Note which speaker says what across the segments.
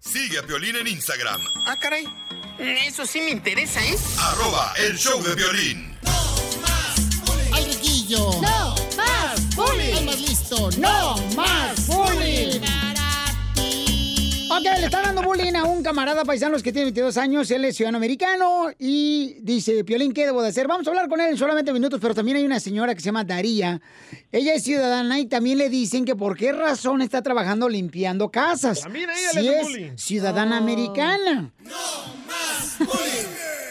Speaker 1: Sigue a Violín en Instagram.
Speaker 2: Ah, caray. Eso sí me interesa, ¿eh?
Speaker 1: Arroba el show de violín.
Speaker 3: Al riquillo.
Speaker 4: No más
Speaker 3: Al
Speaker 4: bullying.
Speaker 3: más listo.
Speaker 4: No más bullying.
Speaker 5: Ok, le están dando bullying a un camarada paisanos que tiene 22 años, él es ciudadano americano y dice, Piolín, ¿qué debo de hacer? Vamos a hablar con él en solamente minutos, pero también hay una señora que se llama Daría. Ella es ciudadana y también le dicen que por qué razón está trabajando limpiando casas.
Speaker 6: También a ella
Speaker 5: si
Speaker 6: le hacen
Speaker 5: es
Speaker 6: bullying.
Speaker 5: ciudadana americana.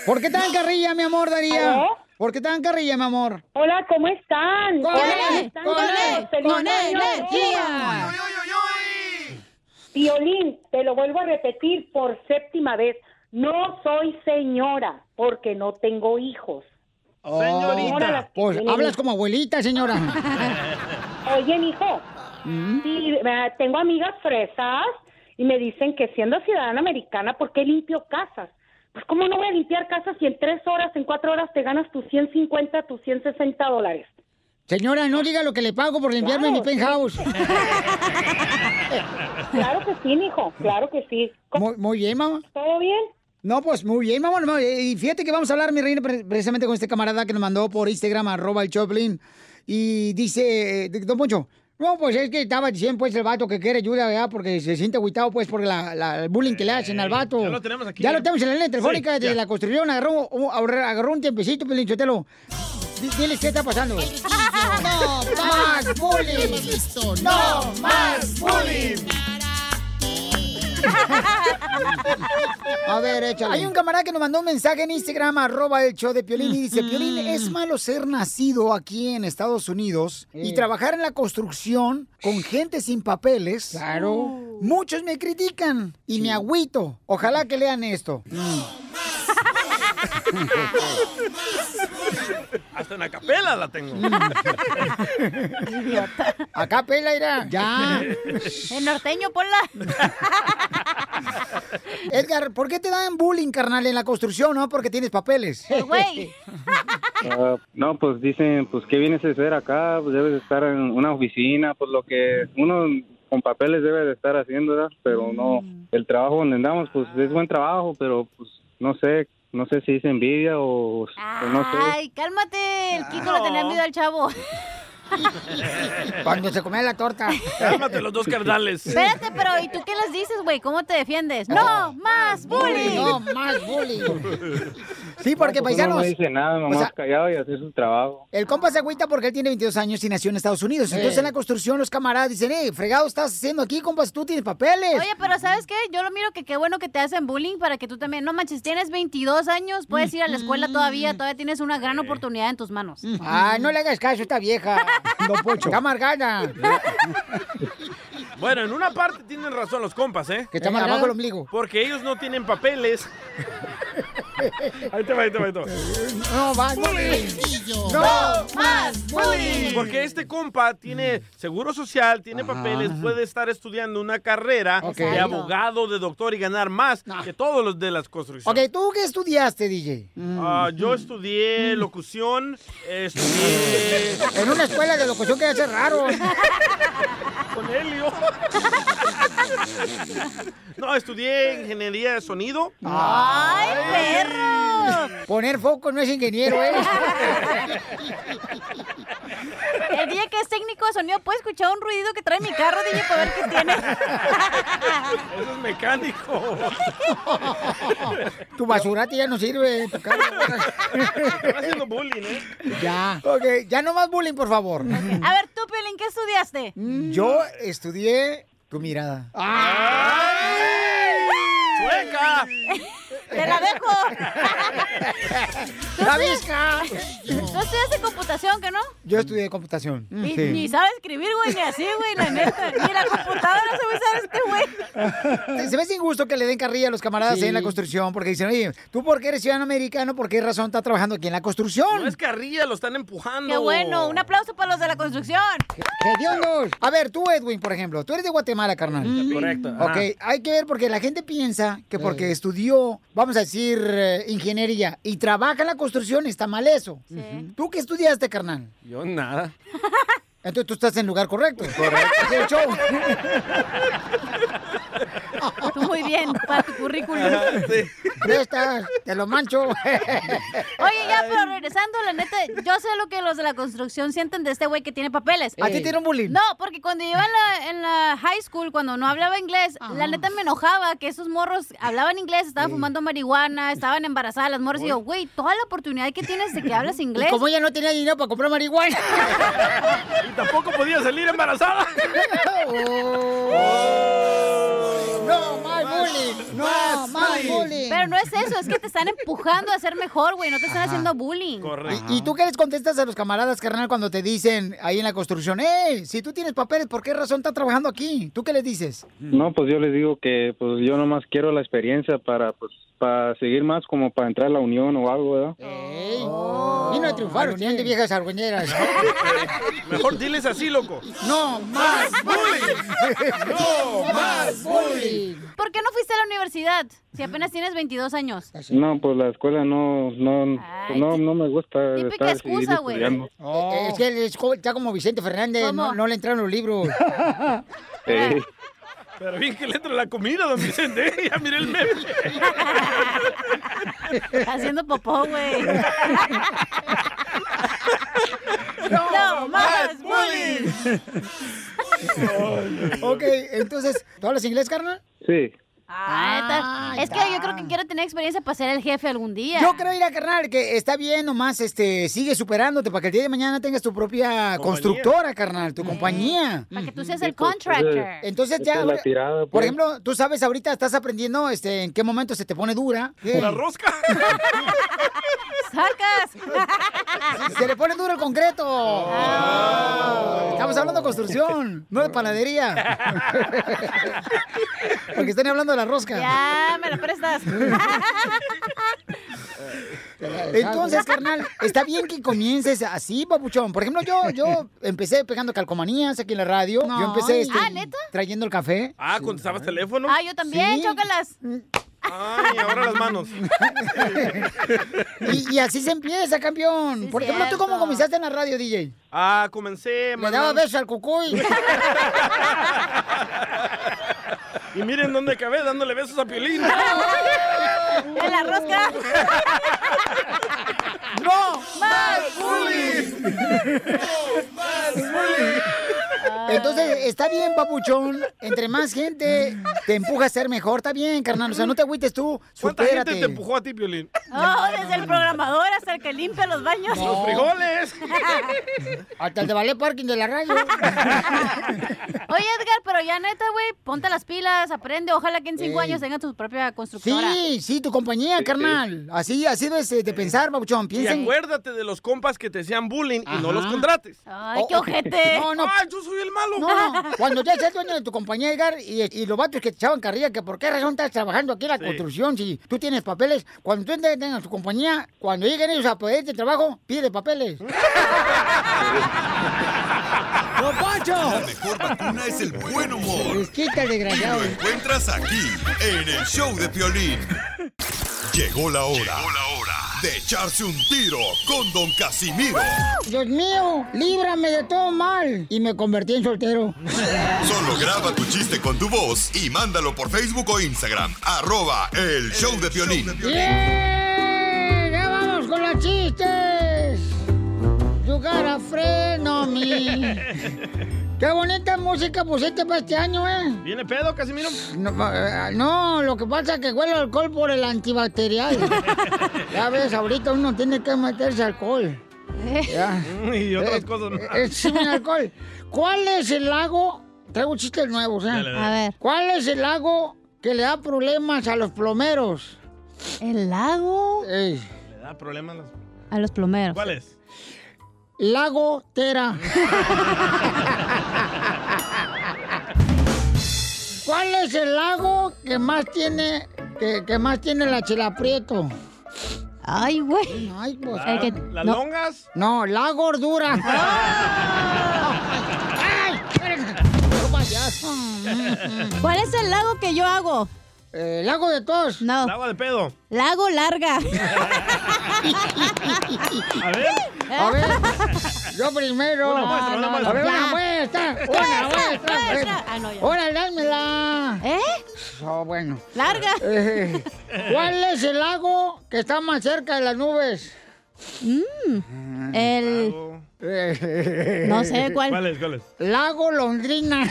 Speaker 5: ¿Por qué tan carrilla, mi amor, Daría?
Speaker 7: ¿Aló?
Speaker 5: ¿Por qué tan carrilla, mi amor?
Speaker 7: Hola, ¿cómo están?
Speaker 5: Con
Speaker 7: Hola,
Speaker 5: él,
Speaker 7: ¿cómo están?
Speaker 5: con él,
Speaker 7: Feliz
Speaker 5: con
Speaker 7: año
Speaker 5: energía.
Speaker 7: nuevo. Piolín, te lo vuelvo a repetir por séptima vez. No soy señora porque no tengo hijos. Señorita.
Speaker 5: Pues hablas como abuelita, señora.
Speaker 7: Oye, mijo,
Speaker 5: Mm.
Speaker 7: sí, eh, tengo amigas fresas y me dicen que siendo ciudadana americana, ¿por qué limpio casas? Pues, ¿cómo no voy a limpiar casas si en tres horas, en cuatro horas te ganas tus 150, tus 160 dólares?
Speaker 5: Señora, no diga lo que le pago por limpiarme mi penthouse.
Speaker 7: Claro que sí, mijo, claro que sí.
Speaker 5: Muy, muy bien, mamá.
Speaker 7: ¿Todo bien?
Speaker 5: No, pues muy bien, mamá. No, eh, Y fíjate que vamos a hablar, mi reina, pre- precisamente con este camarada que nos mandó por Instagram, arroba el Choplin. Y dice, eh, don Poncho, no, pues es que estaba diciendo, pues, el vato que quiere ayuda, ¿verdad? Porque se siente agüitado, pues, por la, la- el bullying que le hacen al vato.
Speaker 6: ya lo tenemos aquí,
Speaker 5: Ya lo
Speaker 6: ¿eh?
Speaker 5: tenemos en la línea telefónica
Speaker 6: Sí,
Speaker 5: de
Speaker 6: ya.
Speaker 5: la construcción. Agarró, un- ahorra- agarró un tiempecito, Pelín Chotelo. Di- Diles qué está pasando.
Speaker 3: No
Speaker 5: más
Speaker 3: Al más
Speaker 5: bullying.
Speaker 3: listo.
Speaker 5: No más
Speaker 6: bullying.
Speaker 5: A ver, échale. Hay un camarada que nos mandó un mensaje en Instagram, arroba el show de Piolín, y dice, Piolín, es malo ser nacido aquí en Estados Unidos y
Speaker 3: Eh.
Speaker 5: trabajar en la construcción con gente sin papeles. Oh.
Speaker 3: Claro.
Speaker 5: Muchos me critican y me agüito. Ojalá que lean esto.
Speaker 6: Hasta una capela la tengo.
Speaker 5: Mm. Acá pela irá. Ya.
Speaker 4: El norteño, ponla.
Speaker 5: Edgar, ¿por qué te dan bullying, carnal, en la construcción, no? Porque tienes papeles.
Speaker 4: Güey.
Speaker 8: Ah, no, pues dicen, pues qué vienes a hacer acá, pues debes estar en una oficina, pues lo que uno con papeles debe de estar haciendo, ¿verdad? Pero no, el trabajo donde andamos, pues es buen trabajo, pero pues no sé, no sé si es envidia o, o no sé.
Speaker 4: Ay, cálmate. El Kiko le tenía miedo al chavo.
Speaker 5: Cuando se comía la torta.
Speaker 6: Cálmate los dos cardales.
Speaker 4: Espérate, pero ¿y tú qué les dices, güey? ¿Cómo te defiendes? No más bullying.
Speaker 5: No, más bullying. Sí, porque
Speaker 8: No, pues, uno
Speaker 5: paisanos...
Speaker 8: No dice nada, nomás
Speaker 5: sea-
Speaker 8: callado y hacer su trabajo.
Speaker 5: El compa se agüita porque él tiene 22 años y nació en Estados Unidos. Entonces
Speaker 8: Eh.
Speaker 5: en la construcción los camaradas dicen, hey, fregado estás haciendo aquí, compas, tú tienes papeles.
Speaker 4: Oye, pero ¿sabes qué? Yo lo miro que qué bueno que te hacen bullying para que tú también, no manches, tienes 22 años, puedes ir a la escuela todavía, todavía tienes una gran oportunidad en tus manos.
Speaker 5: Mm. Ay, no le hagas caso a esta vieja. Don Pocho. Está amargada.
Speaker 6: Bueno, en una parte tienen razón los compas, ¿eh?
Speaker 5: Que está más abajo el ombligo.
Speaker 6: Porque ellos no tienen papeles. Ahí te va, ahí te va, ahí te va.
Speaker 5: No, va, no.
Speaker 3: No
Speaker 4: más
Speaker 6: Porque este compa tiene seguro social, tiene papeles, puede estar estudiando una carrera
Speaker 5: Ah. Ok.
Speaker 6: de
Speaker 5: Exacto.
Speaker 6: abogado, de doctor y ganar más que todos los de las
Speaker 5: Ok,
Speaker 6: construcciones.
Speaker 5: ¿tú qué estudiaste, DJ?
Speaker 4: Mm.
Speaker 6: Ah, yo estudié locución, estudié
Speaker 5: En una escuela de locución que hace raro.
Speaker 6: con Helio. No, estudié ingeniería de sonido.
Speaker 4: ¡Ay, perro!
Speaker 5: Poner foco no es ingeniero, ¿eh?
Speaker 4: El día que es técnico de sonido, puede escuchar un ruido que trae mi carro, DJ, para ver qué tiene.
Speaker 6: Eso es mecánico.
Speaker 5: Tu basurate ya no sirve. tu carro.
Speaker 6: Están haciendo bullying, ¿eh?
Speaker 5: ya. Ok, ya no más bullying, por favor.
Speaker 4: A ver, tú, Piolín, ¿qué estudiaste?
Speaker 5: Yo estudié tu mirada.
Speaker 4: Ah.
Speaker 6: ¡Sueca!
Speaker 4: Te la dejo.
Speaker 5: ¡La visca!
Speaker 4: Tú estudiaste computación, ¿que no?
Speaker 5: Yo estudié computación.
Speaker 4: Ni,
Speaker 5: Sí.
Speaker 4: ni sabe escribir, güey, ni así, güey, la neta. Ni la computadora se usar este güey.
Speaker 5: Se se me hace injusto que le den carrilla a los camaradas ahí en la construcción porque dicen, oye, ¿tú por qué eres ciudadano americano? ¿Por qué razón estás trabajando aquí en la
Speaker 6: No
Speaker 5: construcción?
Speaker 6: es carrilla, lo están empujando.
Speaker 4: Qué bueno, un aplauso para los de la construcción.
Speaker 5: ¡Qué dios! A ver, tú, Edwin, por ejemplo, tú eres de Guatemala, carnal.
Speaker 6: Mm. Correcto. ajá.
Speaker 5: Ok, hay que ver porque la gente piensa que porque estudió, vamos a decir, eh, ingeniería y trabaja en la construcción, está mal eso. ¿Tú qué estudiaste, carnal?
Speaker 6: Yo nada.
Speaker 5: Entonces tú estás en el lugar correcto. Correcto.
Speaker 4: Tú muy bien, para tu currículum.
Speaker 5: Ya está, te lo mancho.
Speaker 4: Oye, ya, pero regresando, la neta, yo sé lo que los de la construcción sienten de este güey que tiene papeles.
Speaker 5: ¿A ti te dieron bullying?
Speaker 4: No, porque cuando yo iba en la, en la high school, cuando no hablaba inglés,
Speaker 5: Ah.
Speaker 4: la neta me enojaba que esos morros hablaban inglés, estaban fumando marihuana, estaban embarazadas las morras. Y yo, güey, toda la oportunidad que tienes de que hablas
Speaker 5: Y
Speaker 4: inglés.
Speaker 5: como ella no tenía dinero para comprar marihuana.
Speaker 6: ¿Eh? Y tampoco podía salir embarazada.
Speaker 5: No, más bullying. No, más bullying.
Speaker 4: Pero no es eso, es que te están empujando a ser mejor, güey, no te están haciendo bullying.
Speaker 6: Correcto.
Speaker 5: ¿Y, y tú qué les contestas a los camaradas, carnal, cuando te dicen ahí en la construcción, hey, si tú tienes papeles, ¿por qué razón estás trabajando aquí? ¿Tú qué les dices?
Speaker 8: No, pues yo les digo que pues yo nomás quiero la experiencia para pues para seguir más como para entrar a la unión o algo, ¿verdad?
Speaker 5: Ey, Vino a triunfar, unión de viejas argüeñeras.
Speaker 6: Mejor diles así, loco.
Speaker 5: No, más bullying. No, más bullying.
Speaker 4: ¿Por qué no fuiste a la universidad si apenas tienes 22 años?
Speaker 8: No, pues la escuela no no
Speaker 4: Ay,
Speaker 8: no, no me gusta
Speaker 4: típica
Speaker 8: estar
Speaker 4: excusa,
Speaker 8: seguir
Speaker 4: güey.
Speaker 8: estudiando.
Speaker 5: Oh. Es que él es jo- está como Vicente Fernández,
Speaker 4: ¿Cómo?
Speaker 5: no, no le entraron los libros.
Speaker 8: Eh,
Speaker 6: Pero bien que le entra la comida, don Vicente. ¿eh? Ya mire el meme.
Speaker 4: Haciendo popó, güey. No más bullying.
Speaker 5: ok, entonces, ¿tú hablas inglés, carnal?
Speaker 8: sí.
Speaker 4: Ah, está-
Speaker 5: Ahí
Speaker 4: Es que yo
Speaker 5: está.
Speaker 4: creo que quiero tener experiencia para ser el jefe algún día.
Speaker 5: Yo creo, a carnal, que está bien nomás, este, sigue superándote para que el día de mañana tengas tu propia
Speaker 6: Compañía.
Speaker 5: constructora, carnal, tu compañía.
Speaker 4: Para que tú seas el
Speaker 8: Entonces,
Speaker 4: contractor.
Speaker 5: Entonces
Speaker 8: Esa
Speaker 5: ya,
Speaker 8: pues, es la tirada,
Speaker 5: por
Speaker 8: pues.
Speaker 5: ejemplo, tú sabes ahorita estás aprendiendo, este, en qué momento se te pone dura.
Speaker 6: La rosca.
Speaker 4: ¡Sacas!
Speaker 5: Se le pone duro el concreto.
Speaker 4: Oh.
Speaker 5: Estamos hablando de construcción, no de panadería. Porque están hablando de la rosca.
Speaker 4: Ya, me la prestas.
Speaker 5: Entonces, carnal, está bien que comiences así, papuchón. Por ejemplo, yo, yo empecé pegando calcomanías aquí en la radio.
Speaker 4: No.
Speaker 5: Yo empecé este,
Speaker 4: Ah, ¿neta?
Speaker 5: trayendo el café.
Speaker 6: Ah, contestabas teléfono.
Speaker 4: Ah, yo también,
Speaker 5: Sí.
Speaker 4: chócalas.
Speaker 6: Ay, ahora las manos.
Speaker 5: Y, y así se empieza, campeón.
Speaker 4: Sí,
Speaker 5: Por ejemplo, ¿tú
Speaker 4: cierto.
Speaker 5: cómo comenzaste en la radio, DJ?
Speaker 6: Ah, comencé.
Speaker 5: Me daba
Speaker 6: mandando-
Speaker 5: besos al cucuy.
Speaker 6: Y miren dónde acabé dándole besos a Piolín.
Speaker 4: En la rosca.
Speaker 5: ¡No!
Speaker 4: Más.
Speaker 5: Entonces, está bien, papuchón. Entre más gente te empuja a ser mejor. Está bien, carnal. O sea, no te agüites tú.
Speaker 6: ¿Cuánta
Speaker 5: Supérate.
Speaker 6: gente te empujó a ti, Piolín?
Speaker 4: Oh, desde el programador hasta el que limpia los baños.
Speaker 6: ¡Los frijoles!
Speaker 5: Hasta el de Ballet Parking de la radio.
Speaker 4: Oye, Edgar, pero ya neta, güey, ponte las pilas, aprende. Ojalá que en cinco
Speaker 5: Ey.
Speaker 4: años tengas tu propia constructora.
Speaker 5: Sí, sí, tu compañía, carnal. Así, así debes eh, de pensar, papuchón.
Speaker 6: Y
Speaker 5: Piensa en-
Speaker 6: acuérdate de los compas que te hacían bullying y no los
Speaker 5: Ajá.
Speaker 6: contrates.
Speaker 4: Ay, qué
Speaker 5: Oh, oh.
Speaker 4: ojete.
Speaker 5: No, no,
Speaker 6: ¡Ay, yo soy el malo!
Speaker 5: No, no, cuando ya seas dueño de tu compañía, Edgar, y, y los vatos que te echaban carrilla, que por qué razón estás trabajando aquí en la
Speaker 6: Sí.
Speaker 5: construcción si tú tienes papeles, cuando tú te- tengas tu compañía, cuando lleguen ellos a pedirte trabajo, pide papeles. ¡No,
Speaker 1: La
Speaker 5: Pacho!
Speaker 1: mejor vacuna es el buen humor.
Speaker 5: Pues Quita el
Speaker 1: Y
Speaker 5: desgraciado.
Speaker 1: lo encuentras aquí, en el show de Piolín. Llegó la hora. De echarse un tiro con Don Casimiro.
Speaker 5: Dios mío, líbrame de todo mal. Y me convertí en soltero.
Speaker 1: Solo graba tu chiste con tu voz y mándalo por Facebook o Instagram. Arroba el show de Piolín.
Speaker 5: ¡Bien! ¡Ya vamos con los chistes! Jugar a freno, mi. Qué bonita música pusiste para este año, ¿eh?
Speaker 6: ¿Viene pedo, Casimiro?
Speaker 5: No, eh, no, lo que pasa es que huele alcohol por el antibacterial. ya ves, ahorita uno tiene que meterse alcohol.
Speaker 4: Eh.
Speaker 5: Ya.
Speaker 6: Y otras
Speaker 5: Eh,
Speaker 6: cosas.
Speaker 5: eh, eh, sí, mira, alcohol. ¿Cuál es el lago? Traigo chistes nuevos, ¿eh?
Speaker 6: Dale,
Speaker 4: A ver,
Speaker 5: ¿Cuál es el lago que le da problemas a los plomeros?
Speaker 4: el lago
Speaker 5: Ey,
Speaker 6: Me da problemas. las-
Speaker 4: a los plomeros.
Speaker 6: ¿Cuál es?
Speaker 5: lago Tera. ¿Cuál es el lago que más tiene, que, que más tiene la chilaprieto?
Speaker 4: Ay, güey.
Speaker 5: Ay, pues.
Speaker 4: El que-
Speaker 6: ¿Las
Speaker 4: no.
Speaker 6: longas?
Speaker 5: No, la gordura.
Speaker 9: ¡Ah!
Speaker 5: ¡Ay! ¡Qué payaso!
Speaker 4: ¿Cuál es el lago que yo hago?
Speaker 5: Eh, lago de tos.
Speaker 6: ¿El
Speaker 4: No,
Speaker 6: agua de pedo?
Speaker 4: lago larga.
Speaker 6: A ver.
Speaker 5: A ver. Yo primero.
Speaker 10: Una muestra, una muestra.
Speaker 5: A ver, una
Speaker 10: Ya.
Speaker 5: muestra. Una
Speaker 10: Muestra,
Speaker 5: muestra.
Speaker 10: muestra.
Speaker 5: Eh,
Speaker 10: Ah, no, ya.
Speaker 5: Órale, dámela.
Speaker 4: ¿Eh?
Speaker 5: Oh, bueno.
Speaker 4: Larga.
Speaker 5: Eh, ¿Cuál es el lago que está más cerca de las nubes?
Speaker 4: Mm. El.
Speaker 5: Eh.
Speaker 4: No sé cuál.
Speaker 9: ¿Cuál es? ¿Cuál es?
Speaker 5: Lago Londrina.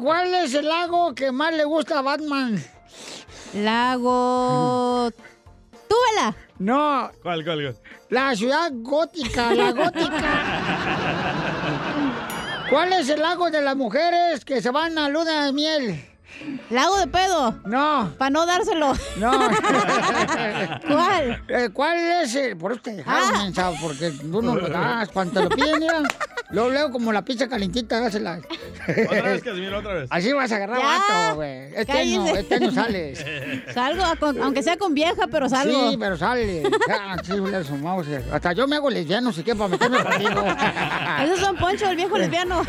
Speaker 5: ¿Cuál es el lago que más le gusta a Batman?
Speaker 4: Lago. ¡Túbela!
Speaker 5: No,
Speaker 9: ¿Cuál, cuál, cuál?
Speaker 5: la ciudad gótica, la gótica. ¿Cuál es el lago de las mujeres que se van a luna de miel?
Speaker 4: Lago de pedo.
Speaker 5: No,
Speaker 4: Para no dárselo.
Speaker 5: no.
Speaker 4: ¿Cuál?
Speaker 5: Eh, ¿Cuál es el...? Por eso te dejaron,
Speaker 4: Ah.
Speaker 5: mensa, porque tú no lo das. Cuando te lo piden, mira, lo leo como la pizza calentita, dásela.
Speaker 9: Otra vez, Casimiro, otra vez.
Speaker 5: Así vas a agarrar
Speaker 4: Ya.
Speaker 5: vato, güey. Este año,
Speaker 4: Cállese.
Speaker 5: este año sales.
Speaker 4: Salgo, a- con- aunque sea con vieja, pero salgo.
Speaker 5: Sí, pero sales. Ah, sí, Nelson Mauser. Hasta yo me hago lesbiano si quiero para meterme contigo.
Speaker 4: Esos son Poncho, el viejo lesbiano.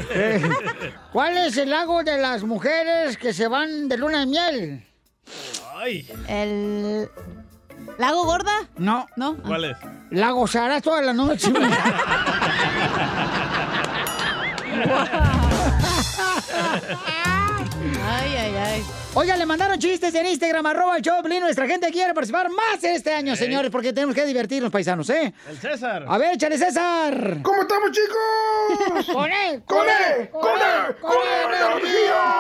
Speaker 5: ¿Cuál es el lago de las mujeres que se van de luna de miel?
Speaker 9: Ay,
Speaker 4: El. ¿Lago gorda?
Speaker 5: No, Ah.
Speaker 4: No.
Speaker 9: ¿cuál es?
Speaker 5: la gozarás toda la noche.
Speaker 4: Ay, ay, ay.
Speaker 5: Oiga, le mandaron chistes en Instagram, arroba el show de Piolín. Nuestra gente quiere participar más este año, señores, porque tenemos que divertirnos, paisanos, ¿eh?
Speaker 9: El César.
Speaker 5: A ver, échale, César.
Speaker 11: ¿Cómo estamos, chicos?
Speaker 5: ¡Con él!
Speaker 11: ¡Con él! ¡Con él! ¡Con energía!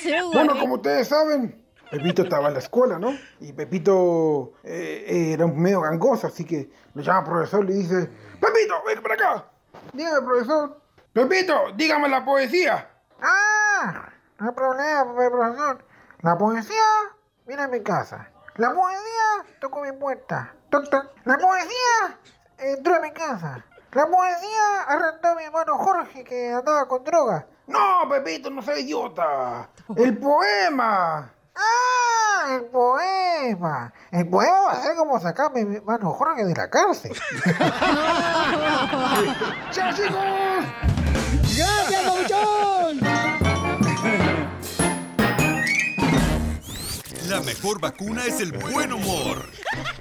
Speaker 4: Sí, güey.
Speaker 11: Bueno, como ustedes saben, Pepito estaba en la escuela, ¿no? Y Pepito eh, era un medio gangoso, así que lo llama al profesor y le dice, Pepito, ven para acá. Dígame, profesor. Pepito, dígame la poesía. Ah, no hay problema, profesor. La poesía viene a mi casa. La poesía tocó mi puerta. Toc, toc. La poesía entró a mi casa. La poesía arrestó a mi hermano Jorge que andaba con droga. No, Pepito, no seas idiota. El poema. Ah, el poema. El poema va a ser como sacarme a mi hermano Jorge de la cárcel. ¡Chao, chicos!
Speaker 5: ¡Gracias, Pabuchón!
Speaker 1: La mejor vacuna es el buen humor.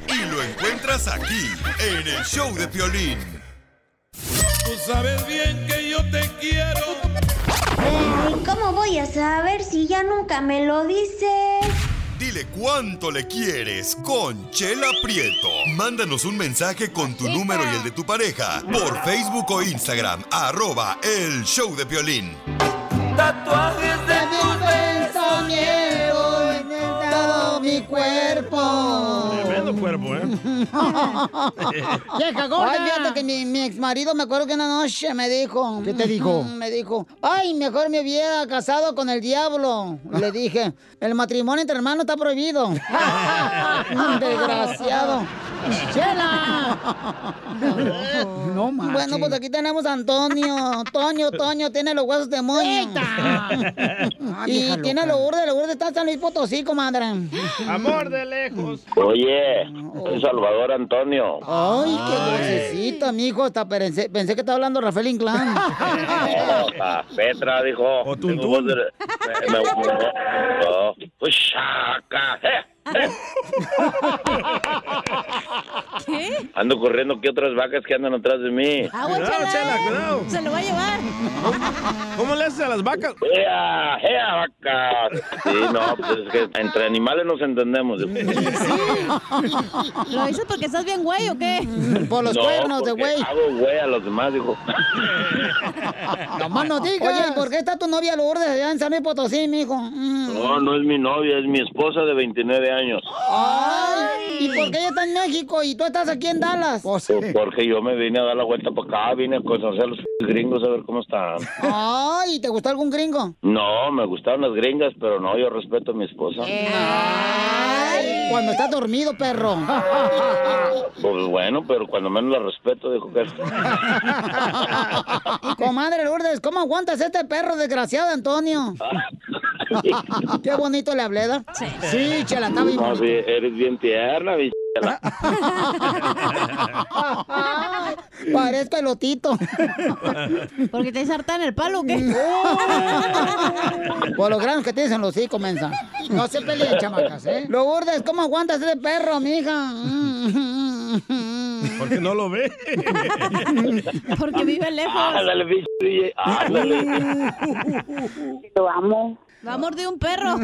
Speaker 1: Y lo encuentras aquí, en el show de Piolín.
Speaker 12: Tú sabes bien que yo te quiero.
Speaker 3: Ay, ¿cómo voy a saber si ya nunca me lo dices?
Speaker 1: Dile cuánto le quieres con Chela Prieto. Mándanos un mensaje con tu número y el de tu pareja por Facebook o Instagram, arroba el show de Piolín.
Speaker 12: Tatuajes de
Speaker 5: todo mi cuerpo.
Speaker 9: Tremendo cuerpo, ¿eh?
Speaker 5: ¡Vieja gorda! Ay, fíjate que mi, mi ex marido me acuerdo que una noche me dijo. ¿Qué te dijo? Me dijo, ay, mejor me hubiera casado con el diablo. Le dije, el matrimonio entre hermanos está prohibido. Desgraciado. ¡Chela! No manches. Bueno, pues aquí tenemos a Antonio. Toño, Toño, tiene los huesos de moño. y tiene los urdes, los urdes está en San Luis Potosí, comadre.
Speaker 9: Amor de lejos.
Speaker 13: Oye, soy Salvador Antonio.
Speaker 5: Ay, qué vocecita, mijo. Hasta pensé, pensé que estaba hablando Rafael Inclán.
Speaker 13: No, pa, Petra dijo. tengo voz de- me- me- me- oh, ushaka, eh,
Speaker 4: ¿Qué?
Speaker 13: Ando corriendo que otras vacas que andan atrás de mí.
Speaker 4: Agua,
Speaker 9: Cuidado,
Speaker 4: chela.
Speaker 9: chela, cuidado.
Speaker 4: Se lo va a llevar.
Speaker 9: ¿Cómo le haces a las vacas?
Speaker 13: ¡Ea, ea, vacas! Sí, no, pues es que entre animales nos entendemos.
Speaker 4: ¿Lo dices porque estás bien güey o qué?
Speaker 5: Por los
Speaker 13: No,
Speaker 5: cuernos de
Speaker 13: porque
Speaker 5: güey.
Speaker 13: Hago güey a los demás, dijo.
Speaker 5: Nomás no digas. Oye, ¿por qué está tu novia Lourdes allá en San Luis Potosí, mijo? Mm.
Speaker 13: Oh, No, no es mi novia, es mi esposa de 29 años.
Speaker 5: Ay, ¿y por qué ella está en México y tú estás aquí en Dallas?
Speaker 13: Por- Porque yo me vine a dar la vuelta para acá, vine a conocer a los gringos a ver cómo están.
Speaker 5: Ay, ¿te gustó algún gringo?
Speaker 13: No, me gustaron las gringas, pero no, yo respeto a mi esposa.
Speaker 5: Eh. Ay, cuando estás dormido, perro.
Speaker 13: Pues bueno, pero cuando menos la respeto, dijo que
Speaker 5: Comadre Lourdes, ¿cómo aguantas este perro desgraciado, Antonio? Qué bonito le hablé, ¿verdad? Sí. Sí, chela, está bien
Speaker 13: No,
Speaker 5: bonito.
Speaker 13: sí, eres bien tierna, bichela.
Speaker 5: Parezco elotito.
Speaker 14: Porque te harta en el palo, ¿o qué?
Speaker 5: Por los granos que tienes en los hijos, mensa. No se peleen, chamacas, ¿eh? Lourdes, ¿cómo aguantas ese perro, mija?
Speaker 6: Porque no lo ve.
Speaker 14: Porque vive lejos.
Speaker 13: Ándale, bicho, DJ, ándale.
Speaker 15: Lo amo.
Speaker 14: Va a morder un perro.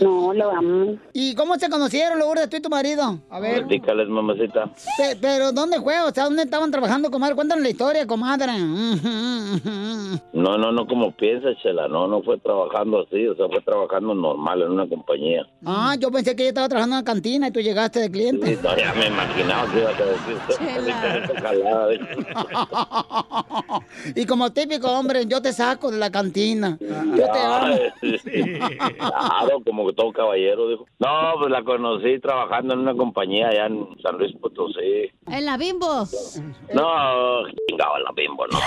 Speaker 15: No, lo amo.
Speaker 5: ¿Y cómo se conocieron, Lourdes, tú y tu marido? A ver.
Speaker 13: Platícales, mamacita.
Speaker 5: Pe- ¿Pero dónde fue? O sea, ¿dónde estaban trabajando, comadre? Cuéntanos la historia, comadre.
Speaker 13: No, no, no como piensas, Chela. No, no fue trabajando así, o sea, fue trabajando normal en una compañía.
Speaker 5: Ah, yo pensé que ella estaba trabajando en la cantina y tú llegaste de cliente.
Speaker 13: No, ya me imaginaba que ibas a decir esto.
Speaker 5: Eh. Chela.
Speaker 13: Esta jalada, bicho.
Speaker 5: Y como típico hombre, yo te saco de la cantina. Yo te amo.
Speaker 13: Ay, Ah, Claro, como que todo caballero dijo. No, pues la conocí trabajando en una compañía allá en San Luis Potosí.
Speaker 14: En la bimbo.
Speaker 13: No, chingaba la bimbo, no.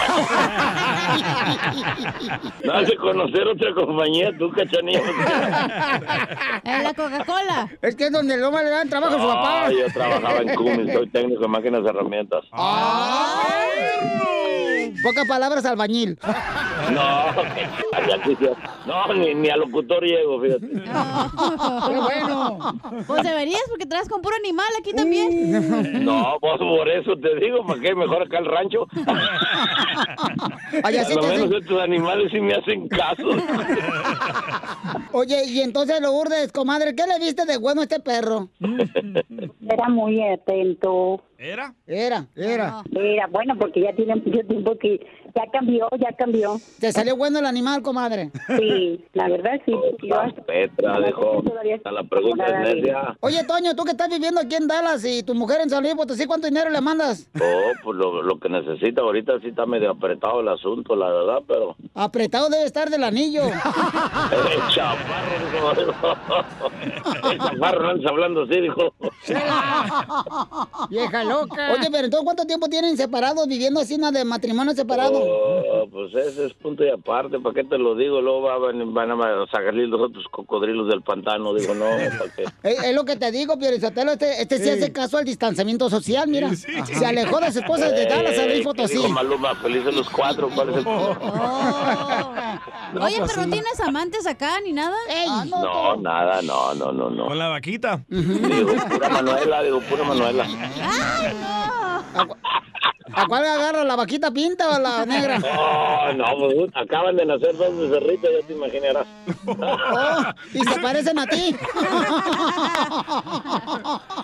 Speaker 13: No hace conocer otra compañía, tú, cachanillo.
Speaker 14: En la Coca-Cola.
Speaker 5: Es que es donde el hombre le dan trabajo a su papá.
Speaker 13: Ah, yo trabajaba en Cummins, soy técnico de máquinas y herramientas.
Speaker 5: Pocas palabras, albañil.
Speaker 13: No, ya quisiera. no ni, ni a locutor llego, fíjate.
Speaker 14: Qué
Speaker 5: bueno.
Speaker 14: Pues deberías, porque traes con puro animal aquí
Speaker 5: Mm.
Speaker 14: también.
Speaker 13: No, pues por eso te digo, ¿para qué? Mejor acá el rancho.
Speaker 5: Allá
Speaker 13: a
Speaker 5: sí
Speaker 13: lo
Speaker 5: te hacen-
Speaker 13: menos estos animales sí me hacen caso.
Speaker 5: Oye, y entonces, Lourdes, comadre, ¿qué le viste de bueno a este perro?
Speaker 15: Era muy atento.
Speaker 6: ¿Era?
Speaker 5: Era, era.
Speaker 15: Era bueno porque ya tiene mucho tiempo que ya cambió, ya cambió.
Speaker 5: ¿Te salió bueno el animal, comadre?
Speaker 15: Sí, la verdad sí. porque yo hasta-
Speaker 13: Petra, dijo, a la pregunta es necia.
Speaker 5: Oye, Toño, tú que estás viviendo aquí en Dallas y tu mujer en San Luis Potosí, ¿cuánto dinero le mandas?
Speaker 13: Oh, pues lo, lo que necesita ahorita sí está medio apretado el asunto, la verdad, pero...
Speaker 5: Apretado debe estar del anillo. Ah.
Speaker 13: El chaparro, dijo. El chaparro, andas hablando así, dijo.
Speaker 5: Vieja loca. Oye, pero entonces, ¿cuánto tiempo tienen separados viviendo así, nada de matrimonio separado?
Speaker 13: Oh, pues ese es punto y aparte, ¿para qué te lo digo? Luego va- van, van a sacarle los otros cocodrilos del pantano, digo, no, ¿para qué?
Speaker 5: Eh, Es, es lo que te digo, Piorizotelo, este, este sí, hace caso al distanciamiento social, mira. Se alejó de su esposa desde Dallas a Luis
Speaker 13: Ey, Eh, ¿qué
Speaker 5: Potosí.
Speaker 13: Dijo Maluma, felices los cuatro, ¿cuál es el
Speaker 14: Oye, pero no tienes amantes acá ni nada. Ah, no.
Speaker 13: No, nada, no, no, no, no. Con la vaquita. Digo, pura Manuela, digo, pura Manuela.
Speaker 5: ¿A cuál le agarra? ¿La vaquita pinta o la negra?
Speaker 13: Oh, no, pues, acaban de nacer dos becerritos, ya te imaginarás.
Speaker 5: Oh, Y se parecen a ti.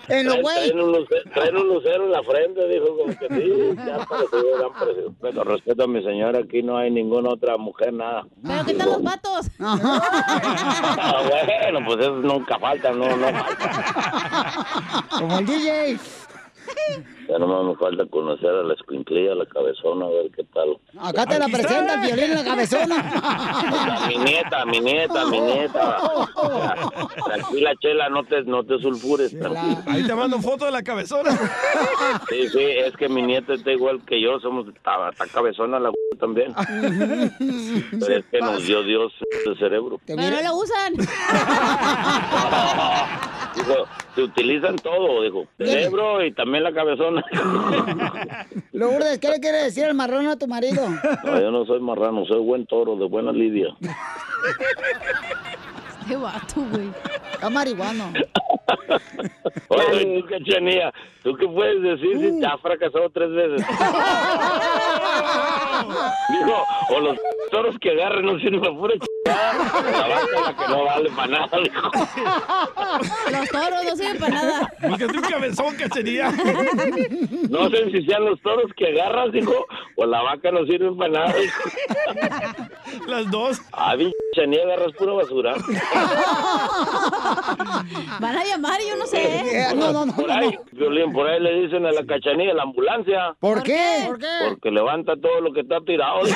Speaker 5: en lo
Speaker 13: Traen-
Speaker 5: güey.
Speaker 13: Traen un, luce- traen un lucero en la frente, dijo, como que sí, ya han parecido, ya han parecido. Pero respeto a mi señora, aquí no hay ninguna otra mujer, nada.
Speaker 14: Pero ¿qué tal los vatos?
Speaker 13: Ah, bueno, pues eso nunca falta, no, no falta.
Speaker 5: Como el DJ.
Speaker 13: Ya nomás me falta conocer a la escuinclilla, a la cabezona, a ver qué tal.
Speaker 5: Acá te la presenta el violín
Speaker 9: ¿eh?
Speaker 5: en la cabezona.
Speaker 13: A mi nieta, a mi nieta, a mi nieta. Tranquila, Chela, no te, no te sulfures. tranquila.
Speaker 6: Ahí te mando foto de la cabezona.
Speaker 13: Sí, sí, es que mi nieta está igual que yo, somos está, está cabezona la también. Pero es que nos dio Dios el cerebro.
Speaker 14: Pero no lo usan.
Speaker 13: Dijo, se utilizan todo, dijo, cerebro y también la cabezona.
Speaker 5: Lourdes, ¿qué le quiere decir el marrón a tu marido?
Speaker 13: No, yo no soy marrano, soy buen toro, de buena lidia.
Speaker 5: Qué Este vato, güey. Está marihuano.
Speaker 13: Oye, ¿y tú qué chenía? ¿Tú qué puedes decir si te has fracasado tres veces? Dijo, o los toros que agarren no sirven para pura chingada, o la vaca la que no vale para nada, dijo.
Speaker 14: Los toros no sirven para nada.
Speaker 13: Búscate un cabezón, cachería. No sé si sean los toros que agarras, dijo, o la vaca no sirve para nada, dijo. Las dos. Ah, bien, chenía, agarras pura basura.
Speaker 14: Van a llamar y yo ¿Eh? Ah, no
Speaker 4: ¿eh?
Speaker 14: sé.
Speaker 5: Eh,
Speaker 13: Por ahí, Violín, por ahí le dicen a la cachanilla, la ambulancia.
Speaker 5: ¿Por qué? ¿Por qué?
Speaker 13: Porque levanta todo lo que está tirado.
Speaker 1: Dile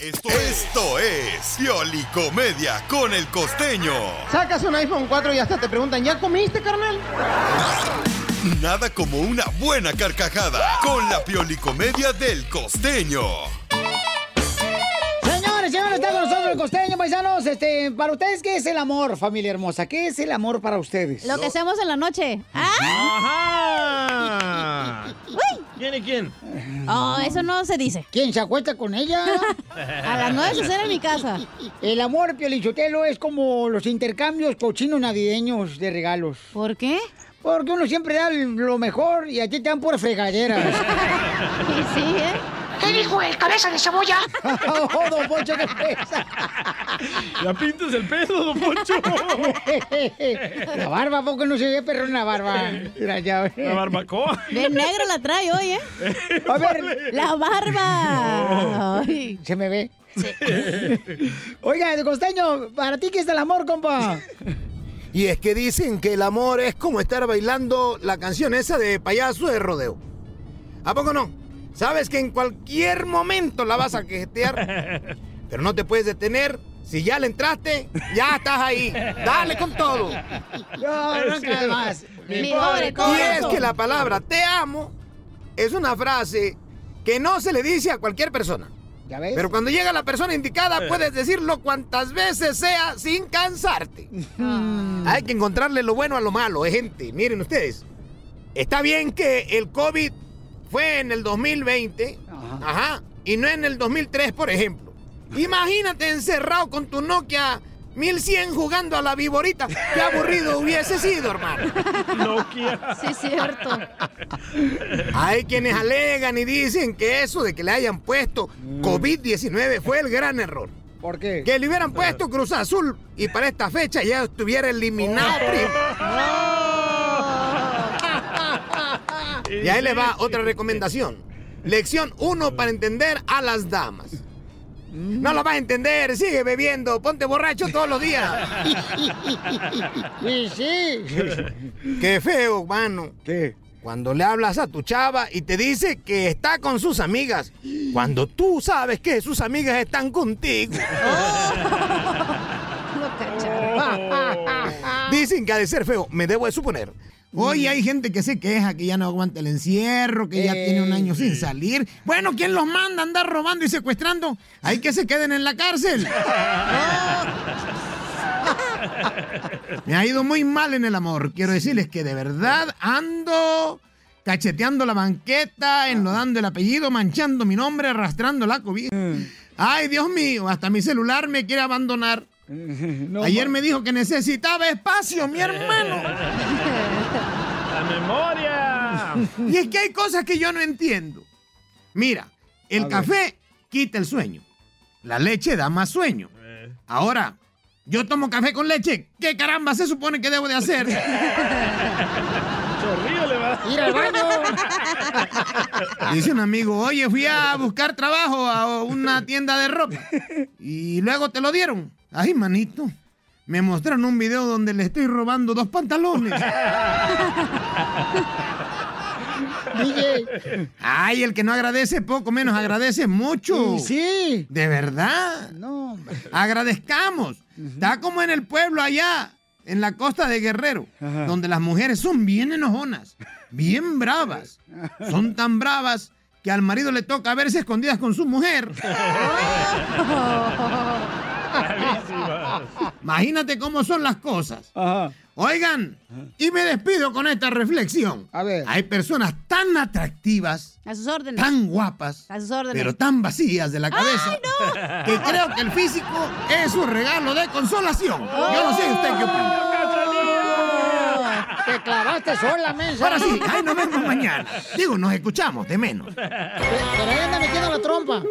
Speaker 1: Esto, esto es Pioli Comedia con el costeño.
Speaker 16: Sacas un iPhone 4 y hasta te preguntan, ¿ya comiste, carnal?
Speaker 1: Nada como una buena carcajada con la Pioli Comedia del costeño.
Speaker 5: Señores, señores, está con nosotros el costeño, paisanos. Este, para ustedes, ¿qué es el amor, familia hermosa? ¿Qué es el amor para ustedes?
Speaker 14: Lo que hacemos en la noche.
Speaker 6: ¡Ah!
Speaker 14: ¿Quién y quién? Oh, eso no se dice.
Speaker 5: Mm. ¿Quién se acuesta con ella?
Speaker 14: A las nueve se cena en mi casa.
Speaker 5: El amor, Piolichotelo, es como los intercambios cochinos navideños de regalos.
Speaker 14: ¿Por qué?
Speaker 5: Porque uno siempre da lo mejor y aquí te dan por fregaderas.
Speaker 14: sí, ¿eh?
Speaker 3: ¿Qué dijo el cabeza de cebolla?
Speaker 5: ¡Oh, don Poncho, qué pesa!
Speaker 6: ¡Ya pintas el peso, don Poncho!
Speaker 5: la barba, ¿a poco no se ve perro en la barba? Mira, ya ve.
Speaker 6: La barbacoa.
Speaker 14: De negro la trae hoy, ¿eh?
Speaker 5: A ver.
Speaker 14: La barba. Ay.
Speaker 5: Se me ve. Oiga, el costeño, ¿para ti qué es el amor, compa?
Speaker 17: Y es que dicen que el amor es como estar bailando la canción esa de payaso de rodeo. ¿A poco no? Sabes que en cualquier momento la vas a quejetear, pero no te puedes detener. Si ya le entraste, ya estás ahí. Dale con todo.
Speaker 5: No, no cae más. Mi
Speaker 17: Y
Speaker 5: pobre
Speaker 17: es
Speaker 5: corazón.
Speaker 17: que la palabra te amo es una frase que no se le dice a cualquier persona.
Speaker 5: ¿Ya ves?
Speaker 17: Pero cuando llega la persona
Speaker 5: Eh.
Speaker 17: indicada, puedes decirlo cuantas veces sea sin cansarte.
Speaker 14: Ah.
Speaker 17: Hay que encontrarle lo bueno a lo malo, eh, gente. Miren ustedes. Está bien que el COVID fue en el 2020, ajá. y no en el 2003, por ejemplo. Imagínate encerrado con tu Nokia 1100 jugando a la viborita. Qué aburrido hubiese sido, hermano.
Speaker 6: Nokia.
Speaker 14: Sí, es cierto.
Speaker 17: Hay quienes alegan y dicen que eso de que le hayan puesto COVID-19 fue el gran error.
Speaker 5: Mm. ¿Por qué?
Speaker 17: Que le hubieran puesto Cruz Azul y para esta fecha ya estuviera eliminado.
Speaker 5: Oh.
Speaker 17: primo. Y ahí le va otra recomendación. Lección 1 para entender a las damas. No lo vas a entender, sigue bebiendo, ponte borracho todos los días.
Speaker 5: Sí, sí.
Speaker 17: Qué feo, mano.
Speaker 5: ¿Qué?
Speaker 17: Cuando le hablas a tu chava y te dice que está con sus amigas, cuando tú sabes que sus amigas están contigo. Dicen que ha de ser feo, me debo de suponer. Hoy hay gente que se queja, que ya no aguanta el encierro, que ya
Speaker 16: Ey.
Speaker 17: tiene un año sin salir. Bueno, ¿quién los manda a andar robando y secuestrando? Hay que se queden en la cárcel. Me ha ido muy mal en el amor. Quiero decirles que de verdad ando cacheteando la banqueta, enlodando el apellido, manchando mi nombre, arrastrando la cobija. Ay, Dios mío, hasta mi celular me quiere abandonar. Ayer me dijo que necesitaba espacio, mi hermano.
Speaker 6: ¡La memoria!
Speaker 17: Y es que hay cosas que yo no entiendo. Mira, el café quita el sueño. La leche da más sueño. Ahora, yo tomo café con leche. ¿Qué caramba se supone que debo de hacer?
Speaker 6: Chorrillo le va.
Speaker 17: Ir al baño. Dice un amigo, oye, fui a buscar trabajo a una tienda de ropa. Y luego te lo dieron. Ay, manito. Me mostraron un video donde le estoy robando dos pantalones. Ay, el que no agradece poco menos agradece mucho.
Speaker 5: Sí.
Speaker 17: De verdad.
Speaker 5: No,
Speaker 17: Agradezcamos. Está como en el pueblo allá, en la costa de Guerrero, donde las mujeres son bien enojonas, bien bravas. Son tan bravas que al marido le toca verse escondidas con su mujer.
Speaker 9: Oh.
Speaker 17: Imagínate cómo son las cosas. Oigan, y me despido con esta reflexión. Hay personas tan atractivas,
Speaker 14: A sus órdenes.
Speaker 17: tan guapas,
Speaker 14: A sus órdenes.
Speaker 17: pero tan vacías de la cabeza,
Speaker 14: ¡Ay, no!
Speaker 17: que creo que el físico es un regalo de consolación. Yo no sé usted qué
Speaker 6: ¡Oh!
Speaker 17: opina.
Speaker 5: Te clavaste sola, mensa.
Speaker 17: Ahora sí, ahí nos vemos mañana. Digo, nos escuchamos, de menos.
Speaker 5: Pero ahí anda metiendo la trompa.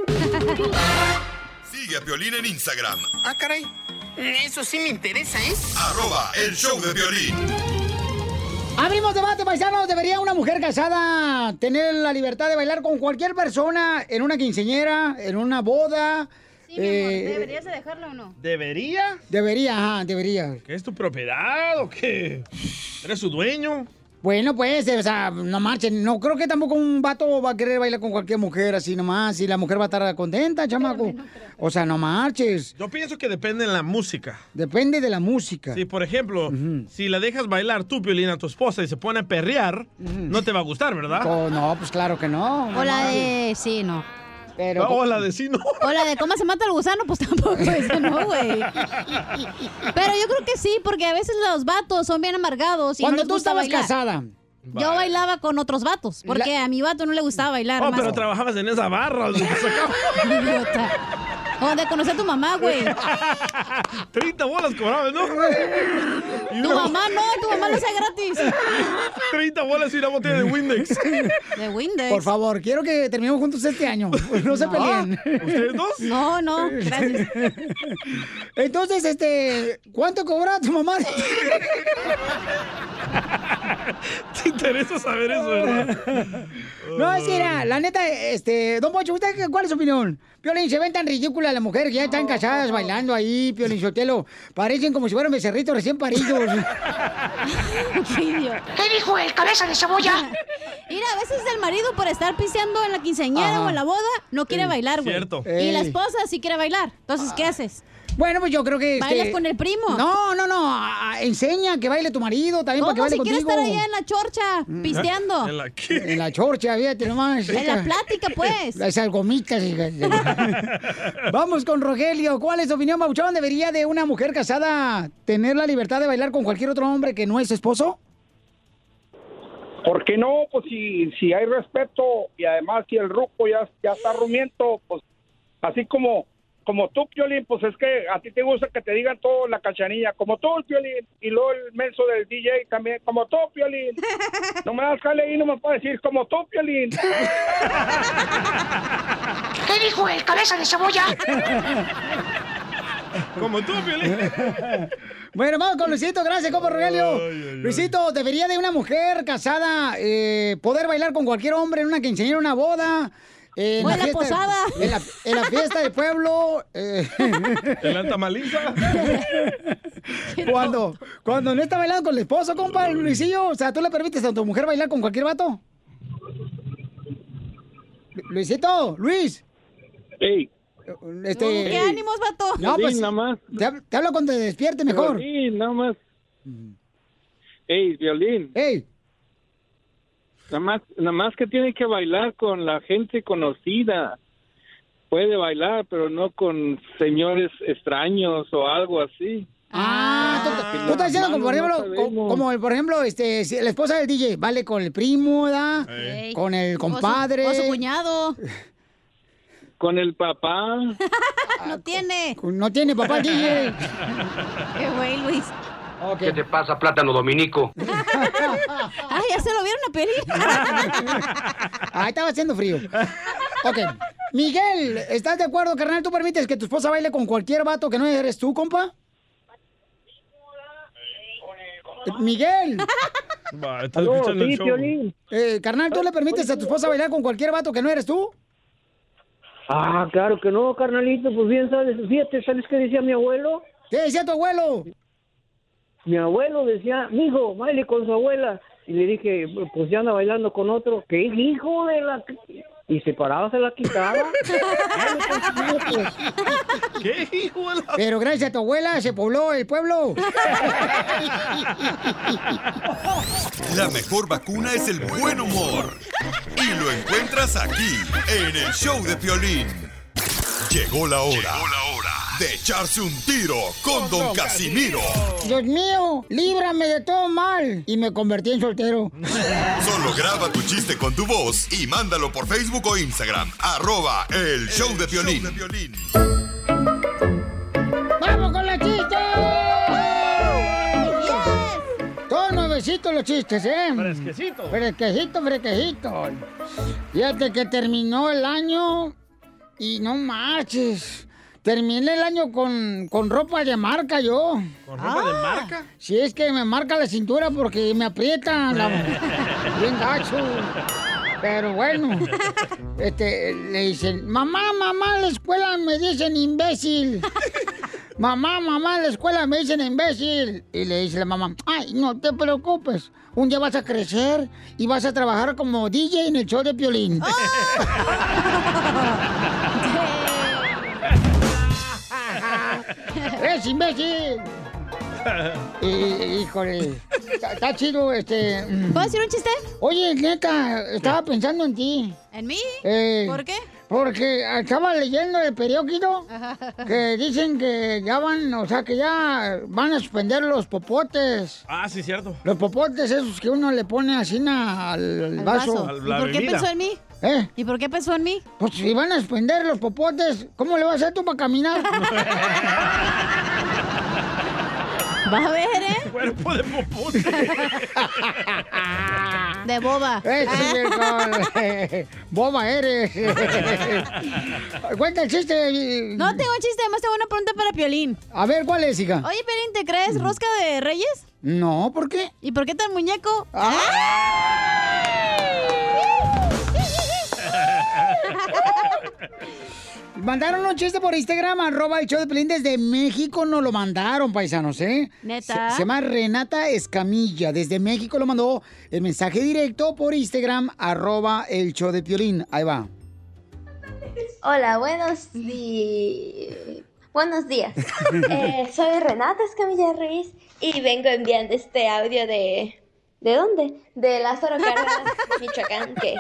Speaker 1: Sigue a Piolín en Instagram,
Speaker 2: Ah, caray. Eso sí me interesa, ¿eh?
Speaker 1: arroba el show de Piolín.
Speaker 5: Abrimos debate, paisanos. ¿Debería una mujer casada tener la libertad de bailar con cualquier persona en una quinceñera, en una boda?
Speaker 4: Sí, mi amor,
Speaker 5: Eh,
Speaker 4: ¿deberías de dejarlo o no?
Speaker 6: ¿Debería?
Speaker 5: Debería, ajá, debería.
Speaker 6: ¿Qué es tu propiedad o qué? ¿Eres su dueño?
Speaker 5: Bueno, pues, eh, o sea, no marchen. No creo que tampoco un vato va a querer bailar con cualquier mujer así nomás. Y la mujer va a estar contenta, chamaco. O sea, no marches.
Speaker 6: Yo pienso que depende de la música.
Speaker 5: Depende de la música.
Speaker 6: Si, por ejemplo, si la dejas bailar tú, Piolín, a tu esposa y se pone a perrear, no te va a gustar, ¿verdad?
Speaker 5: Oh, no, pues claro que no.
Speaker 4: O la de. Sí, no.
Speaker 5: Pero...
Speaker 6: O la de sí, no.
Speaker 4: O la de cómo se mata el gusano, pues tampoco eso, ¿no, güey? Pero yo creo que sí, porque a veces los vatos son bien amargados. Y
Speaker 5: Cuando
Speaker 4: no les
Speaker 5: tú
Speaker 4: gusta
Speaker 5: estabas
Speaker 4: bailar.
Speaker 5: casada.
Speaker 4: Yo bailaba con otros vatos, porque a mi vato no le gustaba bailar.
Speaker 6: Oh,
Speaker 4: más.
Speaker 6: pero trabajabas en esa barra. o sea,
Speaker 4: Idiota. Donde conocí a tu mamá, güey.
Speaker 6: 30 bolas cobrabas, ¿no?
Speaker 4: Tu mamá no, tu mamá lo hace gratis.
Speaker 6: 30 bolas y una botella de Windex.
Speaker 4: De Windex.
Speaker 5: Por favor, quiero que terminemos juntos este año. No, se
Speaker 4: No.
Speaker 5: peleen.
Speaker 4: Ah, ¿Ustedes dos? No, no, gracias.
Speaker 5: Entonces, este, ¿cuánto cobraba tu mamá?
Speaker 6: Te interesa saber eso, ¿verdad?
Speaker 5: No, es que era, la neta, este, don Pocho, ¿usted qué- cuál es su opinión? Piolín, se ven tan ridículas las mujeres que ya están casadas bailando ahí, Piolín Sotelo. Parecen como si fueran becerritos recién paridos.
Speaker 4: ¿Qué
Speaker 3: dijo el cabeza de cebolla?
Speaker 4: Mira, a veces el marido por estar piseando en la quinceañera
Speaker 5: Ajá.
Speaker 4: o en la boda no quiere bailar, güey.
Speaker 5: cierto.
Speaker 4: Y la
Speaker 5: Ey. Ah.
Speaker 4: esposa sí quiere bailar. Entonces, ¿qué haces?
Speaker 5: Bueno, pues yo creo que...
Speaker 4: ¿Bailas
Speaker 5: este,
Speaker 4: con el primo?
Speaker 5: No, no, no, a- a- enseña que baile tu marido también para que
Speaker 4: ¿Cómo
Speaker 5: baile
Speaker 4: si quiere
Speaker 5: contigo. Eh,
Speaker 4: estar allá en la chorcha, pisteando?
Speaker 5: ¿En la qué? En la chorcha, fíjate nomás.
Speaker 4: En la plática, pues.
Speaker 5: Eh, Esas gomitas. hija. Vamos con Rogelio. ¿Cuál es tu opinión, Mauchón? ¿Debería de una mujer casada tener la libertad de bailar con cualquier otro hombre que no es su esposo?
Speaker 18: ¿Por qué no? Pues si, si hay respeto y además si el ruco ya, ya está rumiento, pues así como como tú, Piolín, pues es que a ti te gusta que te digan todo en la cachanilla, como tú, Piolín, y luego el menso del DJ también, como tú, Piolín. No me das jale ahí nomás para decir como tú, Piolín.
Speaker 3: ¿Qué dijo el cabeza de cebolla?
Speaker 6: Como tú, Piolín.
Speaker 5: Bueno, vamos con Luisito. Gracias, compa Rogelio. Luisito, ¿debería de una mujer casada eh, poder bailar con cualquier hombre en una quinceañera, en una boda? eh,
Speaker 4: O en la posada.
Speaker 5: En la, en la fiesta de pueblo. eh,
Speaker 6: ¿En la tamaliza?
Speaker 5: cuando, cuando no está bailando con el esposo, compa, Luisillo. O sea, ¿tú le permites a tu mujer bailar con cualquier vato? Lu- Luisito, Luis.
Speaker 19: Ey.
Speaker 5: Este,
Speaker 4: ¿Qué ánimos, vato?
Speaker 5: No, pues,
Speaker 19: nada más.
Speaker 5: Te, hab- te hablo cuando te despierte mejor.
Speaker 19: Violín, nada más. Ey, violín.
Speaker 5: Ey.
Speaker 19: Nada más, nada más que tiene que bailar con la gente conocida. Puede bailar, pero no con señores extraños o algo así.
Speaker 5: Ah, Tú estás diciendo como por ejemplo, co- como el, por ejemplo, este, si la esposa del DJ, vale con el primo, ¿da?
Speaker 19: Ey.
Speaker 5: Con el
Speaker 19: O su-
Speaker 5: compadre.
Speaker 19: o su
Speaker 4: cuñado.
Speaker 19: Con el papá.
Speaker 4: No tiene.
Speaker 5: No tiene papá el DJ.
Speaker 4: Qué güey, Luis.
Speaker 20: ¿Qué te pasa, plátano dominico?
Speaker 4: Ah, ya se lo vieron a peli.
Speaker 5: Ahí Ah, estaba haciendo frío. Ok. Miguel, ¿estás de acuerdo, carnal? ¿Tú permites que tu esposa baile con cualquier vato que no eres tú, compa? Eh, Miguel.
Speaker 6: Va, estás escuchando el show.
Speaker 5: Eh, carnal, ¿tú le permites a tu esposa bailar con cualquier vato que no eres tú?
Speaker 21: Ah, claro que no, carnalito, pues bien, sabes, fíjate, ¿sabes qué decía mi abuelo?
Speaker 5: ¿Qué decía tu abuelo?
Speaker 21: Mi abuelo decía, mijo, baile con su abuela. Y le dije, pues ya anda bailando con otro. ¿Qué hijo de la...? Y se paraba, se la quitaba.
Speaker 6: ¿Qué hijo de la...?
Speaker 5: Pero gracias a tu abuela se pobló el pueblo.
Speaker 1: La mejor vacuna es el buen humor. Y lo encuentras aquí, en el show de Piolín. Llegó la hora, de echarse un tiro con Don Casimiro.
Speaker 5: Dios mío, líbrame de todo mal. Y me convertí en soltero.
Speaker 1: Solo graba tu chiste con tu voz y mándalo por Facebook o Instagram. Arroba el show de Piolín.
Speaker 5: ¡Vamos con los chistes! Todos nuevecitos los chistes, ¿eh? Fresquecito. Fresquecito, fresquecito. Fíjate que terminó el año y no marches. Terminé el año con, con ropa de marca yo.
Speaker 6: ¿Con ropa de marca?
Speaker 5: Si es que me marca la cintura porque me aprieta la- bien gacho. Pero bueno, este, le dicen, mamá, mamá, en la escuela me dicen imbécil. Mamá, mamá, en la escuela me dicen imbécil. Y le dice la mamá, ay, no te preocupes. Un día vas a crecer y vas a trabajar como DJ en el show de Piolín.
Speaker 14: Ah.
Speaker 5: ¡Es imbécil! Hí- híjole, está, está chido, este...
Speaker 14: ¿Puedo decir un chiste?
Speaker 5: Oye, neta, estaba pensando en ti.
Speaker 14: ¿En mí?
Speaker 5: Eh,
Speaker 14: ¿Por qué?
Speaker 5: Porque estaba leyendo el periódico que dicen que ya van, o sea, que ya van a suspender los popotes.
Speaker 6: Ah, sí, cierto.
Speaker 5: Los popotes esos que uno le pone así na- al, al vaso.
Speaker 6: vaso. ¿Y La por qué bebida. pensó en
Speaker 14: mí?
Speaker 5: ¿Eh?
Speaker 14: ¿Y por qué pensó en mí?
Speaker 5: Pues si van a suspender los popotes, ¿cómo le vas a hacer tú para caminar?
Speaker 14: Vas a ver, ¿eh?
Speaker 6: Cuerpo de popote.
Speaker 14: De boba.
Speaker 5: Ese Boba eres. Cuenta el chiste.
Speaker 14: No tengo un chiste, además tengo una pregunta para Piolín.
Speaker 5: A ver, ¿cuál es, hija? Mm.
Speaker 14: Oye, Piolín, ¿te crees rosca de reyes?
Speaker 5: No, ¿por qué? Ah.
Speaker 14: ¿Y por qué tan muñeco?
Speaker 5: Mandaron un chiste por Instagram, arroba el show de Pelín desde México, nos lo mandaron, paisanos, ¿eh?
Speaker 14: ¿Neta?
Speaker 5: Se, se llama Renata Escamilla, desde México lo mandó el mensaje directo por Instagram, arroba el show de Piolín, ahí va.
Speaker 22: Hola, buenos días. Buenos días. Eh, soy Renata Escamilla Ruiz y vengo enviando este audio de. ¿De dónde? De Lázaro Cárdenas, Michoacán, que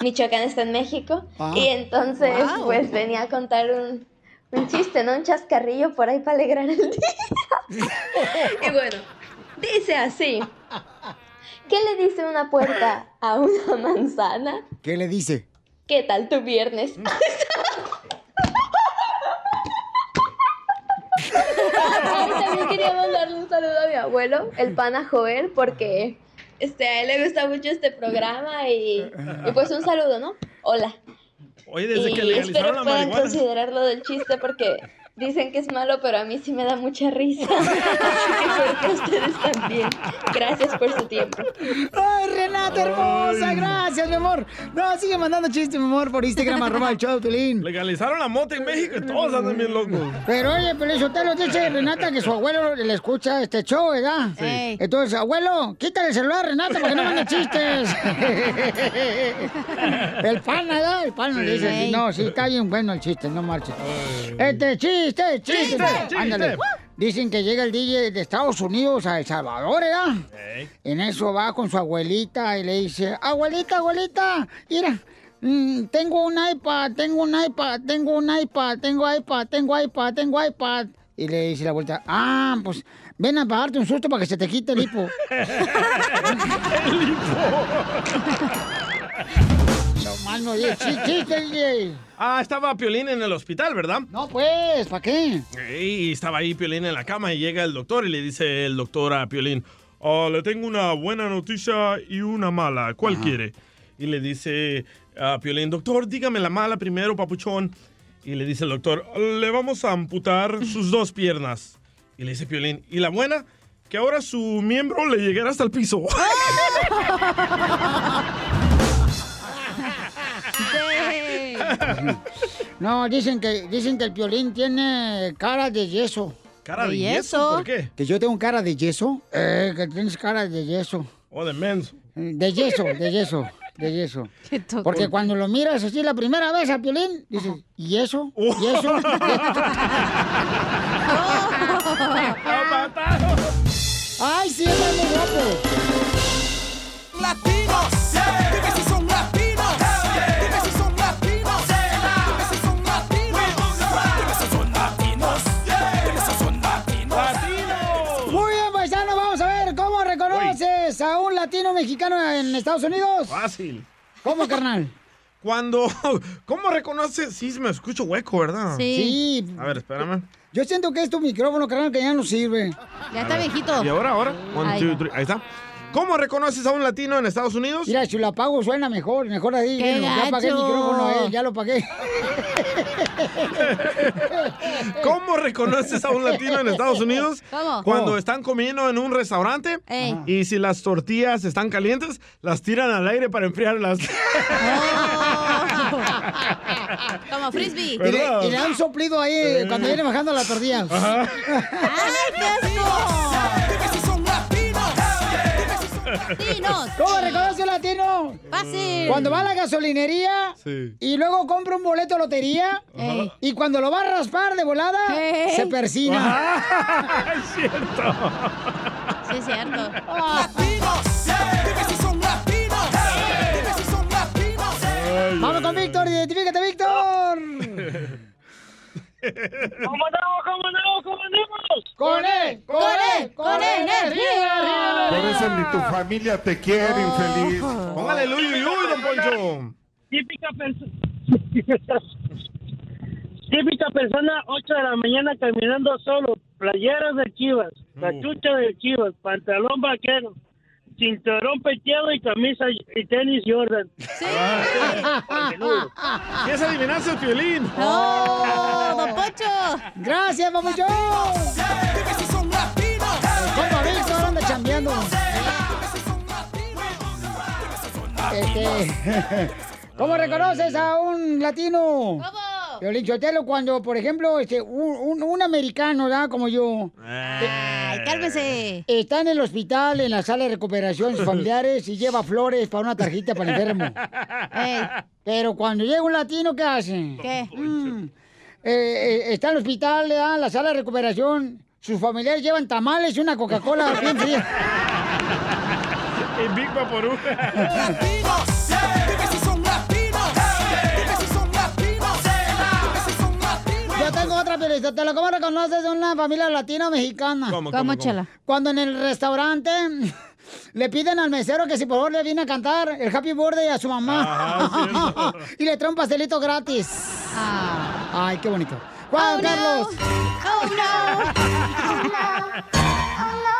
Speaker 22: Michoacán está en México.
Speaker 23: Ah.
Speaker 22: y entonces,
Speaker 23: Wow.
Speaker 22: pues venía a contar un, un chiste, ¿no? Un chascarrillo por ahí para alegrar el día. y bueno, dice así: ¿Qué le dice una puerta a una manzana?
Speaker 5: ¿Qué le dice?
Speaker 22: ¿Qué tal tu viernes?
Speaker 6: Mm.
Speaker 22: Ay, también quería mandarle un saludo a mi abuelo, el pana Joel, porque este, a él le gusta mucho este programa y, y pues un saludo, ¿no? Hola.
Speaker 6: Oye, desde
Speaker 22: y
Speaker 6: que legalizaron
Speaker 22: espero
Speaker 6: la
Speaker 22: puedan
Speaker 6: marihuana.
Speaker 22: considerar lo del chiste porque dicen que es malo, pero a mí sí me da mucha risa. Espero que ustedes también. Gracias por su tiempo.
Speaker 5: ¡Ay, Renata hermosa! Gracias, mi amor. No, sigue mandando chistes, mi amor, por Instagram, arroba el show de Piolín.
Speaker 6: Legalizaron la mota en México y todos andan bien locos.
Speaker 5: Pero oye, Pelín Sotelo dice Renata que su abuelo le escucha este show, ¿verdad?
Speaker 6: Sí. Ey.
Speaker 5: Entonces, abuelo, quítale el celular a Renata porque no manda chistes. el pan, ¿verdad? El pan le dice,
Speaker 9: Ey.
Speaker 5: no, sí, está bien bueno el chiste, no marches. Este, chiste, chiste.
Speaker 9: Chiste, chiste.
Speaker 5: Ándale. Dicen que llega el DJ de Estados Unidos a El Salvador, ¿verdad? En eso va con su abuelita y le dice, abuelita, abuelita, mira, mm, tengo un iPad, tengo un iPad, tengo un iPad, tengo iPad, tengo iPad, tengo iPad. Y le dice la abuelita, ah, pues ven a pagarte un susto para que se te quite el hipo. No más no digas, sí, chiste, DJ.
Speaker 6: Ah, estaba Piolín en el hospital, ¿verdad?
Speaker 5: No, pues, ¿para qué?
Speaker 6: Y estaba ahí Piolín en la cama y llega el doctor y le dice el doctor a Piolín, "Ah, le tengo una buena noticia y una mala, ¿cuál quiere? Y le dice a Piolín, doctor, dígame la mala primero, papuchón. Y le dice el doctor, le vamos a amputar sus dos piernas. Y le dice Piolín, ¿y la buena? Que ahora su miembro le llegará hasta el piso.
Speaker 5: No, dicen que, dicen que el piolín tiene cara de yeso.
Speaker 6: ¿Cara de ¿De yeso? yeso? ¿Por qué?
Speaker 5: ¿Que yo tengo cara de yeso? Eh, que tienes cara de yeso.
Speaker 6: o de menso.
Speaker 5: De yeso, de yeso, de yeso. Porque cuando lo miras así la primera vez a Piolín, dices, ¿y eso? ¿Y eso? ¡Ay, sí, está muy guapo!
Speaker 9: Latinos, dime si son latinos, dime si son latinos, dime si son latinos, dime si son latinos, dime si son latinos.
Speaker 5: Muy bien, paisano, vamos a ver cómo reconoces a un latino mexicano en Estados Unidos.
Speaker 6: Fácil.
Speaker 5: ¿Cómo, carnal?
Speaker 6: Cuando, ¿cómo reconoces? Sí, me escucho hueco, ¿verdad?
Speaker 5: Sí. Sí.
Speaker 6: A ver, espérame.
Speaker 5: Yo siento que es tu micrófono, carnal, que ya no sirve.
Speaker 6: A ver. Y ahora, ahora. One,
Speaker 5: Ahí
Speaker 6: two,
Speaker 5: va.
Speaker 6: three. Ahí está. ¿Cómo reconoces a un latino en Estados Unidos?
Speaker 5: Mira, si lo apago suena mejor, mejor ahí.
Speaker 6: ¡Qué
Speaker 5: bueno, ya apagué el
Speaker 6: gacho!
Speaker 5: micrófono, eh, ya lo apagué.
Speaker 6: ¿Cómo reconoces a un latino en Estados Unidos?
Speaker 4: ¿Cómo?
Speaker 6: Cuando están comiendo en un restaurante
Speaker 4: Ey.
Speaker 6: y si las tortillas están calientes, las tiran al aire para enfriarlas.
Speaker 14: ¿Eh?
Speaker 4: Como frisbee.
Speaker 5: Y le, y le da un soplido ahí eh, cuando viene bajando la tortilla. ¿Cómo reconoce un latino?
Speaker 4: Fácil.
Speaker 5: Cuando va a la gasolinería
Speaker 6: Sí.
Speaker 5: y luego compra un boleto de lotería
Speaker 6: Ey.
Speaker 5: y cuando lo va a raspar de volada,
Speaker 4: Ey. Ah.
Speaker 5: se persina.
Speaker 6: es cierto.
Speaker 4: Sí, es cierto.
Speaker 9: Dime si son latinos. Dime si son latinos.
Speaker 5: Vamos con Víctor, identifícate, Víctor.
Speaker 9: ¿Cómo andamos? ¿Cómo andamos? ¿Cómo andamos?
Speaker 5: Con él, con él, con E. él, energía.
Speaker 7: Por eso ni tu familia te quiere, infeliz.
Speaker 6: Póngale Luis y Uy, don Poncho.
Speaker 8: Típica persona. Típica persona, 8 de la mañana caminando solo, playeras de chivas, cachucha de chivas, pantalón vaquero, cinturón peteado y camisa y y tenis Jordan.
Speaker 6: Y esa adivinanza es violín.
Speaker 4: ¡Oh, don Pocho!
Speaker 5: Gracias, papucho.
Speaker 9: Dime si son latinos.
Speaker 5: Compa Víctor anda chambeando. Este, ¿Cómo reconoces a un latino? Violín Sotelo, cuando, por ejemplo, este, un, un- un americano, ¿verdad? Como yo.
Speaker 4: Ay, cálmese.
Speaker 5: Está en el hospital, en la sala de recuperación, sus familiares, y lleva flores para una tarjeta para el enfermo. Pero cuando llega un latino, ¿qué hace?
Speaker 4: ¿Qué?
Speaker 5: Mm, eh, eh, está en el hospital, ¿verdad? en la sala de recuperación, sus familiares llevan tamales y una Coca-Cola bien fría.
Speaker 6: Y Big Vaporú.
Speaker 9: Latinos. Dime si son latinos. Dime si son latinos. Dime si son latinos.
Speaker 5: Yo tengo otra película. ¿Te lo cómo reconoces una familia latino-mexicana?
Speaker 4: ¿Cómo, cómo, ¿Cómo, chela? cómo?
Speaker 5: Cuando en el restaurante le piden al mesero que si por favor le viene a cantar el Happy Birthday a su
Speaker 4: Ajá,
Speaker 5: mamá. y le trae un pastelito gratis.
Speaker 4: Ah.
Speaker 5: Ay, qué bonito. Juan Carlos.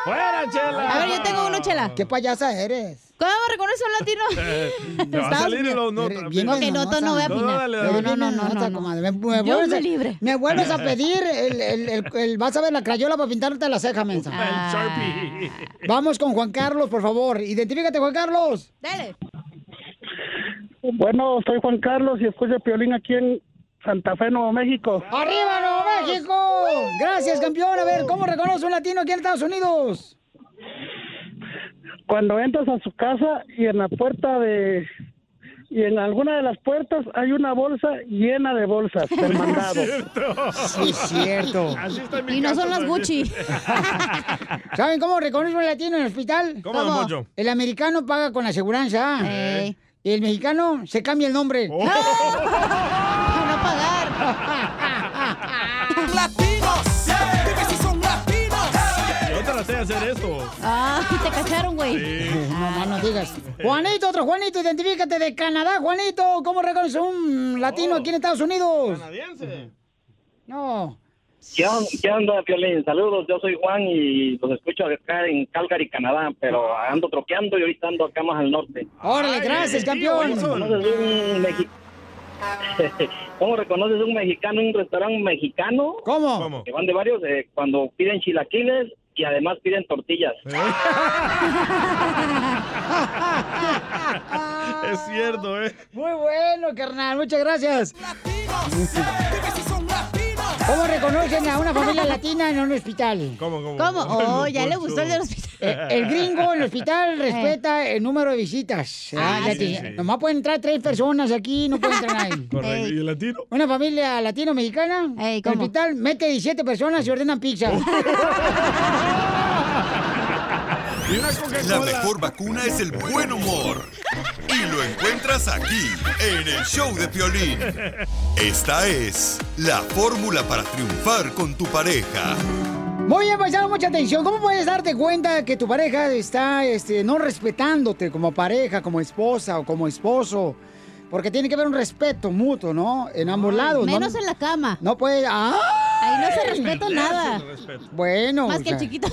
Speaker 6: ¡Fuera, chela!
Speaker 4: A ver, yo tengo uno, chela.
Speaker 5: ¿Qué payasa eres?
Speaker 4: ¿Cómo reconoce a un latino?
Speaker 6: Te va a salir en los notas.
Speaker 5: Bien
Speaker 4: Ok, no,
Speaker 5: venenosa.
Speaker 4: no voy a No, opinar. dale, dale. No, no, no,
Speaker 5: Bien
Speaker 4: no,
Speaker 5: venenosa,
Speaker 4: no, no.
Speaker 5: comadre. Me, me
Speaker 4: Yo
Speaker 5: vuelves
Speaker 4: me
Speaker 5: a-
Speaker 4: libre.
Speaker 5: me vuelves a pedir el, el- el- el- vas a ver la crayola para pintarte la ceja, mensa. Vamos con Juan Carlos, por favor. Identifícate, Juan Carlos.
Speaker 4: Dale.
Speaker 23: Bueno, soy Juan Carlos y escucho Piolín aquí en Santa Fe, Nuevo México.
Speaker 5: ¡Arriba, Nuevo México! Gracias, campeón. A ver, ¿cómo reconoce un latino aquí en Estados Unidos?
Speaker 23: Cuando entras a su casa y en la puerta de... Y en alguna de las puertas hay una bolsa llena de bolsas del mandado.
Speaker 5: Sí, es cierto.
Speaker 6: Así está mi
Speaker 4: Y no
Speaker 6: casa
Speaker 4: son las
Speaker 6: también.
Speaker 4: Gucci.
Speaker 5: ¿Saben cómo reconoce un latino en el hospital?
Speaker 6: ¿Cómo, don Poncho?
Speaker 5: El americano paga con la aseguranza.
Speaker 4: Ey.
Speaker 5: Y el mexicano se cambia el nombre.
Speaker 6: Oh.
Speaker 4: No pagar.
Speaker 9: Latinos. Dime si son latinos.
Speaker 6: Yo traté de hacer esto.
Speaker 4: Ah, te cacharon, güey.
Speaker 5: No más no digas. Juanito, otro Juanito, identifícate de Canadá, Juanito. ¿Cómo reconoce un latino aquí en Estados Unidos?
Speaker 6: Oh. Canadiense.
Speaker 5: No.
Speaker 24: ¿Qué on- qué onda, Violín? Saludos, yo soy Juan y los escucho acá en Calgary, Canadá, pero ando troqueando y ahorita ando acá más al norte.
Speaker 9: Ah,
Speaker 5: Órale, gracias, campeón.
Speaker 24: ¿Reconoces un mexi- ¿Cómo reconoces un mexicano en un restaurante mexicano?
Speaker 5: ¿Cómo?
Speaker 24: Que van de varios, eh, cuando piden chilaquiles y además piden tortillas.
Speaker 6: Es cierto, ¿eh?
Speaker 5: Muy bueno, carnal, muchas gracias. ¿Cómo reconocen a una familia latina en un hospital?
Speaker 6: ¿Cómo, cómo?
Speaker 4: ¿Cómo? Oh, ya le gustó el del hospital. Eh.
Speaker 5: Eh, El gringo en el hospital respeta el número de visitas.
Speaker 4: Ah,
Speaker 5: Ya
Speaker 4: sí,
Speaker 5: te-
Speaker 4: sí.
Speaker 5: Nomás pueden entrar tres personas aquí, no pueden entrar nadie.
Speaker 6: Correcto. ¿Y el latino?
Speaker 5: Una familia latino-mexicana, el hospital mete 17 personas y ordenan pizza.
Speaker 1: La mejor vacuna es el buen humor. Y lo encuentras aquí, en el show de Piolín. Esta es la fórmula para triunfar con tu pareja.
Speaker 5: Muy bien, paisano, mucha atención. ¿Cómo puedes darte cuenta que tu pareja está este, no respetándote como pareja, como esposa o como esposo? Porque tiene que haber un respeto mutuo, ¿no? En ambos lados.
Speaker 4: menos en la cama.
Speaker 5: No puede... ¡Ay!
Speaker 4: Ahí no se respeta nada.
Speaker 5: Bueno.
Speaker 4: Más
Speaker 5: o
Speaker 4: que el
Speaker 5: sea,
Speaker 4: chiquito.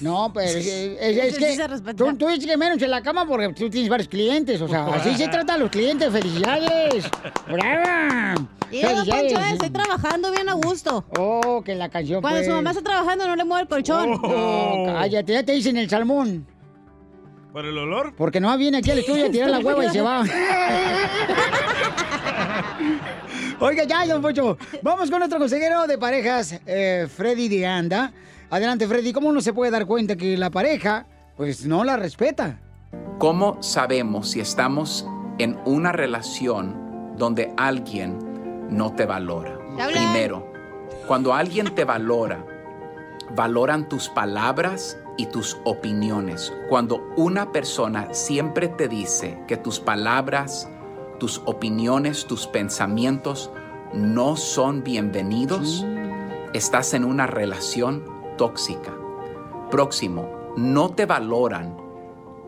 Speaker 5: No, pero es, es- es
Speaker 4: Sí se
Speaker 5: que tú, tú dices que menos en la cama porque tú tienes varios clientes, o sea, así se tratan los clientes. ¡Felicidades! ¡Brava!
Speaker 14: Y yo,
Speaker 5: Felicidades.
Speaker 14: Pancho, eh, estoy trabajando bien a gusto.
Speaker 5: Oh, que la canción,
Speaker 14: Cuando su
Speaker 5: pues.
Speaker 14: mamá está trabajando, no le mueve el colchón.
Speaker 6: Oh.
Speaker 5: No, cállate, ya te dicen el salmón.
Speaker 6: ¿Por el olor?
Speaker 5: Porque no viene aquí al estudio a tirar la hueva y se va. Oiga, ya, don Pocho. Vamos con nuestro consejero de parejas, eh, Freddy de Anda. Adelante, Freddy. ¿Cómo uno se puede dar cuenta que la pareja, pues, no la respeta?
Speaker 25: ¿Cómo sabemos si estamos en una relación donde alguien no te valora?
Speaker 26: Te hablan.
Speaker 25: Primero, cuando alguien te valora, valoran tus palabras y tus opiniones. Cuando una persona siempre te dice que tus palabras, tus opiniones, tus pensamientos no son bienvenidos, estás en una relación tóxica. Próximo, no te valoran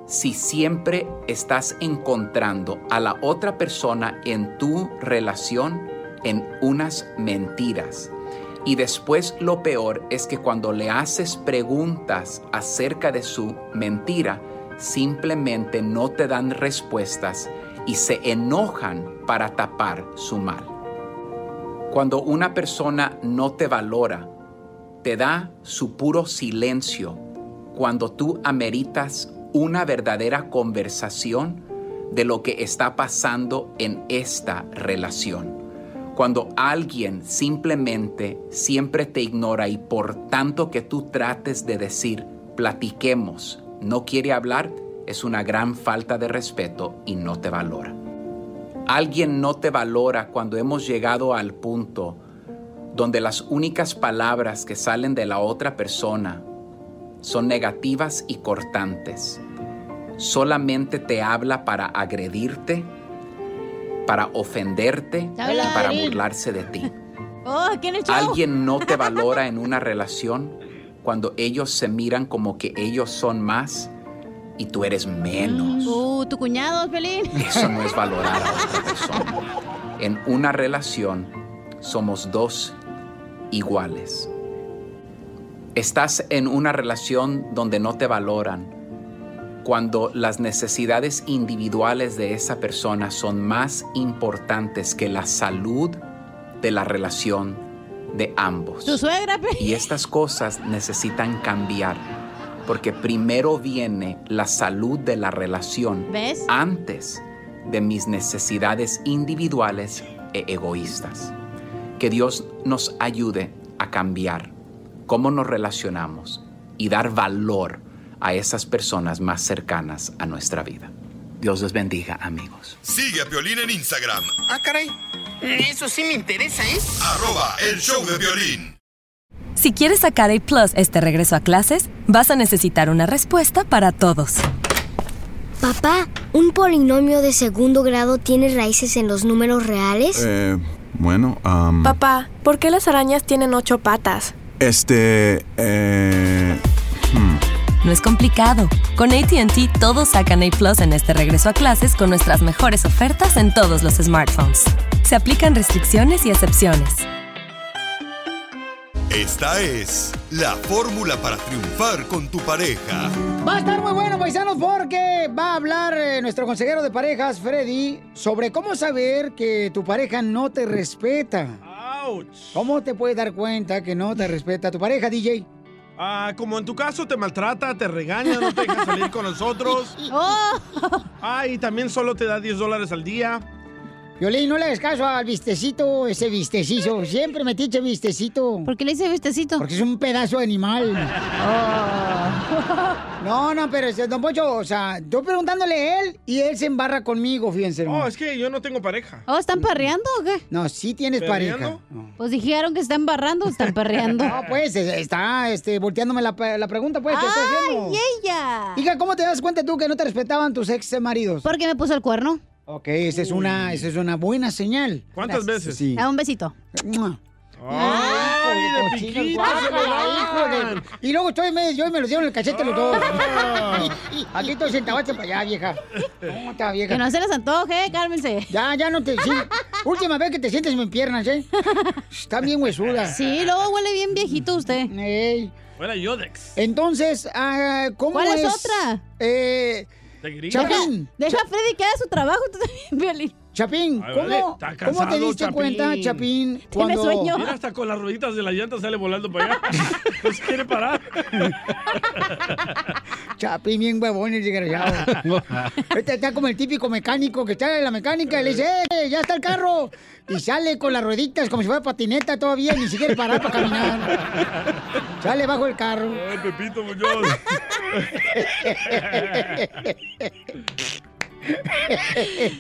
Speaker 25: si siempre estás encontrando a la otra persona en tu relación en unas mentiras. Y después lo peor es que cuando le haces preguntas acerca de su mentira, simplemente no te dan respuestas y se enojan para tapar su mal. Cuando una persona no te valora, te da su puro silencio cuando tú ameritas una verdadera conversación de lo que está pasando en esta relación. Cuando alguien simplemente siempre te ignora y por tanto que tú trates de decir platiquemos, no quiere hablar, es una gran falta de respeto y no te valora. Alguien no te valora cuando hemos llegado al punto donde las únicas palabras que salen de la otra persona son negativas y cortantes. Solamente te habla para agredirte, para ofenderte
Speaker 14: Te habla
Speaker 25: y para
Speaker 14: Piolín.
Speaker 25: burlarse de ti.
Speaker 14: Oh, ¿quién es
Speaker 25: Alguien no te valora en una relación cuando ellos se miran como que ellos son más y tú eres menos.
Speaker 14: Uh, tu cuñado, Pelín.
Speaker 25: Eso no es valorar a otra persona. En una relación somos dos iguales. Estás en una relación donde no te valoran cuando las necesidades individuales de esa persona son más importantes que la salud de la relación de ambos.
Speaker 14: Tu suegra, Pelín.
Speaker 25: Y estas cosas necesitan cambiar, porque primero viene la salud de la relación
Speaker 14: ¿Ves?
Speaker 25: antes de mis necesidades individuales e egoístas. Que Dios nos ayude a cambiar cómo nos relacionamos y dar valor a esas personas más cercanas a nuestra vida. Dios los bendiga, amigos.
Speaker 1: Sigue a Piolín en Instagram,
Speaker 2: Ah, caray. Eso sí me interesa, ¿eh?
Speaker 1: arroba el show de violín.
Speaker 27: Si quieres sacar A Plus este regreso a clases, vas a necesitar una respuesta para todos.
Speaker 15: Papá, ¿un polinomio de segundo grado tiene raíces en los números reales?
Speaker 28: Eh, bueno, am,
Speaker 15: Papá, ¿por qué las arañas tienen ocho patas?
Speaker 28: este, eh, hmm,
Speaker 27: No es complicado. Con ATT todos sacan A Plus en este regreso a clases con nuestras mejores ofertas en todos los smartphones. Se aplican restricciones y excepciones.
Speaker 1: Esta es la fórmula para triunfar con tu pareja.
Speaker 5: Va a estar muy bueno, paisanos, porque va a hablar eh, nuestro consejero de parejas, Freddy, sobre cómo saber que tu pareja no te respeta. ¿Cómo te puedes dar cuenta que no te respeta tu pareja, DJ?
Speaker 6: Ah, como en tu caso te maltrata, te regaña, no te deja salir con nosotros. Ah, y también solo te da 10 dólares al día.
Speaker 5: Violín, no le hagas caso al vistecito, ese vistecito. Siempre me tiche vistecito. ¿Por qué le dice vistecito? Porque es un pedazo de animal. Oh. No, no, pero este, don Pocho, o sea, yo preguntándole a él y él se embarra conmigo, fíjense.
Speaker 6: Oh, es que yo no tengo pareja.
Speaker 5: Oh, ¿están parreando o qué? No, sí tienes
Speaker 6: ¿Perreando?
Speaker 5: pareja. Pues dijeron que están barrando, están parreando. No, pues es- está este, volteándome la, pe- la pregunta, pues, ¿qué estoy haciendo?
Speaker 4: ¡Ay, ella!
Speaker 5: Diga, ¿cómo te das cuenta tú que no te respetaban tus ex maridos? Porque me puso el cuerno. Ok, esa es una, esa es una buena señal.
Speaker 6: ¿Cuántas Gracias. veces?
Speaker 5: Sí.
Speaker 4: Da un besito.
Speaker 6: Ay, de
Speaker 5: Cochinos,
Speaker 6: piquito
Speaker 5: guácala,
Speaker 6: se lo
Speaker 5: hijo de-
Speaker 6: dan.
Speaker 5: Y luego estoy medio, yo y me los dieron en el cachete los dos.
Speaker 6: Ah.
Speaker 5: Aquí estoy sentado, hazte para allá, vieja. ¿Cómo está, vieja?
Speaker 4: Que no se les antoje, cálmense.
Speaker 5: Ya, ya no te. sí. Última vez que te sientes en mis piernas, ¿eh? Están bien huesudas.
Speaker 4: Sí, luego huele bien viejito usted.
Speaker 5: Ey.
Speaker 6: Fuera Yodex.
Speaker 5: Entonces, ah, ¿cómo
Speaker 14: ¿Cuál es
Speaker 5: es?
Speaker 14: otra?
Speaker 5: Eh,
Speaker 6: ¿Te gringas?
Speaker 5: Chapín.
Speaker 14: Deja a Freddy que haga su trabajo, tú también, Violín.
Speaker 5: Chapín,
Speaker 6: Ay, vale,
Speaker 5: ¿cómo,
Speaker 6: está
Speaker 5: ¿cómo te
Speaker 6: cansado,
Speaker 5: diste
Speaker 6: Chapín.
Speaker 5: cuenta, Chapín,
Speaker 6: Tiene
Speaker 5: cuando...
Speaker 6: Mira, hasta con las rueditas de la llanta sale volando para allá. No se quiere parar.
Speaker 5: Chapín, bien huevón el desgraciado. Este está como el típico mecánico que está en la mecánica y le dice, "Eh, ya está el carro! Y sale con las rueditas como si fuera patineta todavía, ni siquiera parar para caminar. Sale bajo el carro.
Speaker 6: Ay, Pepito Muñoz.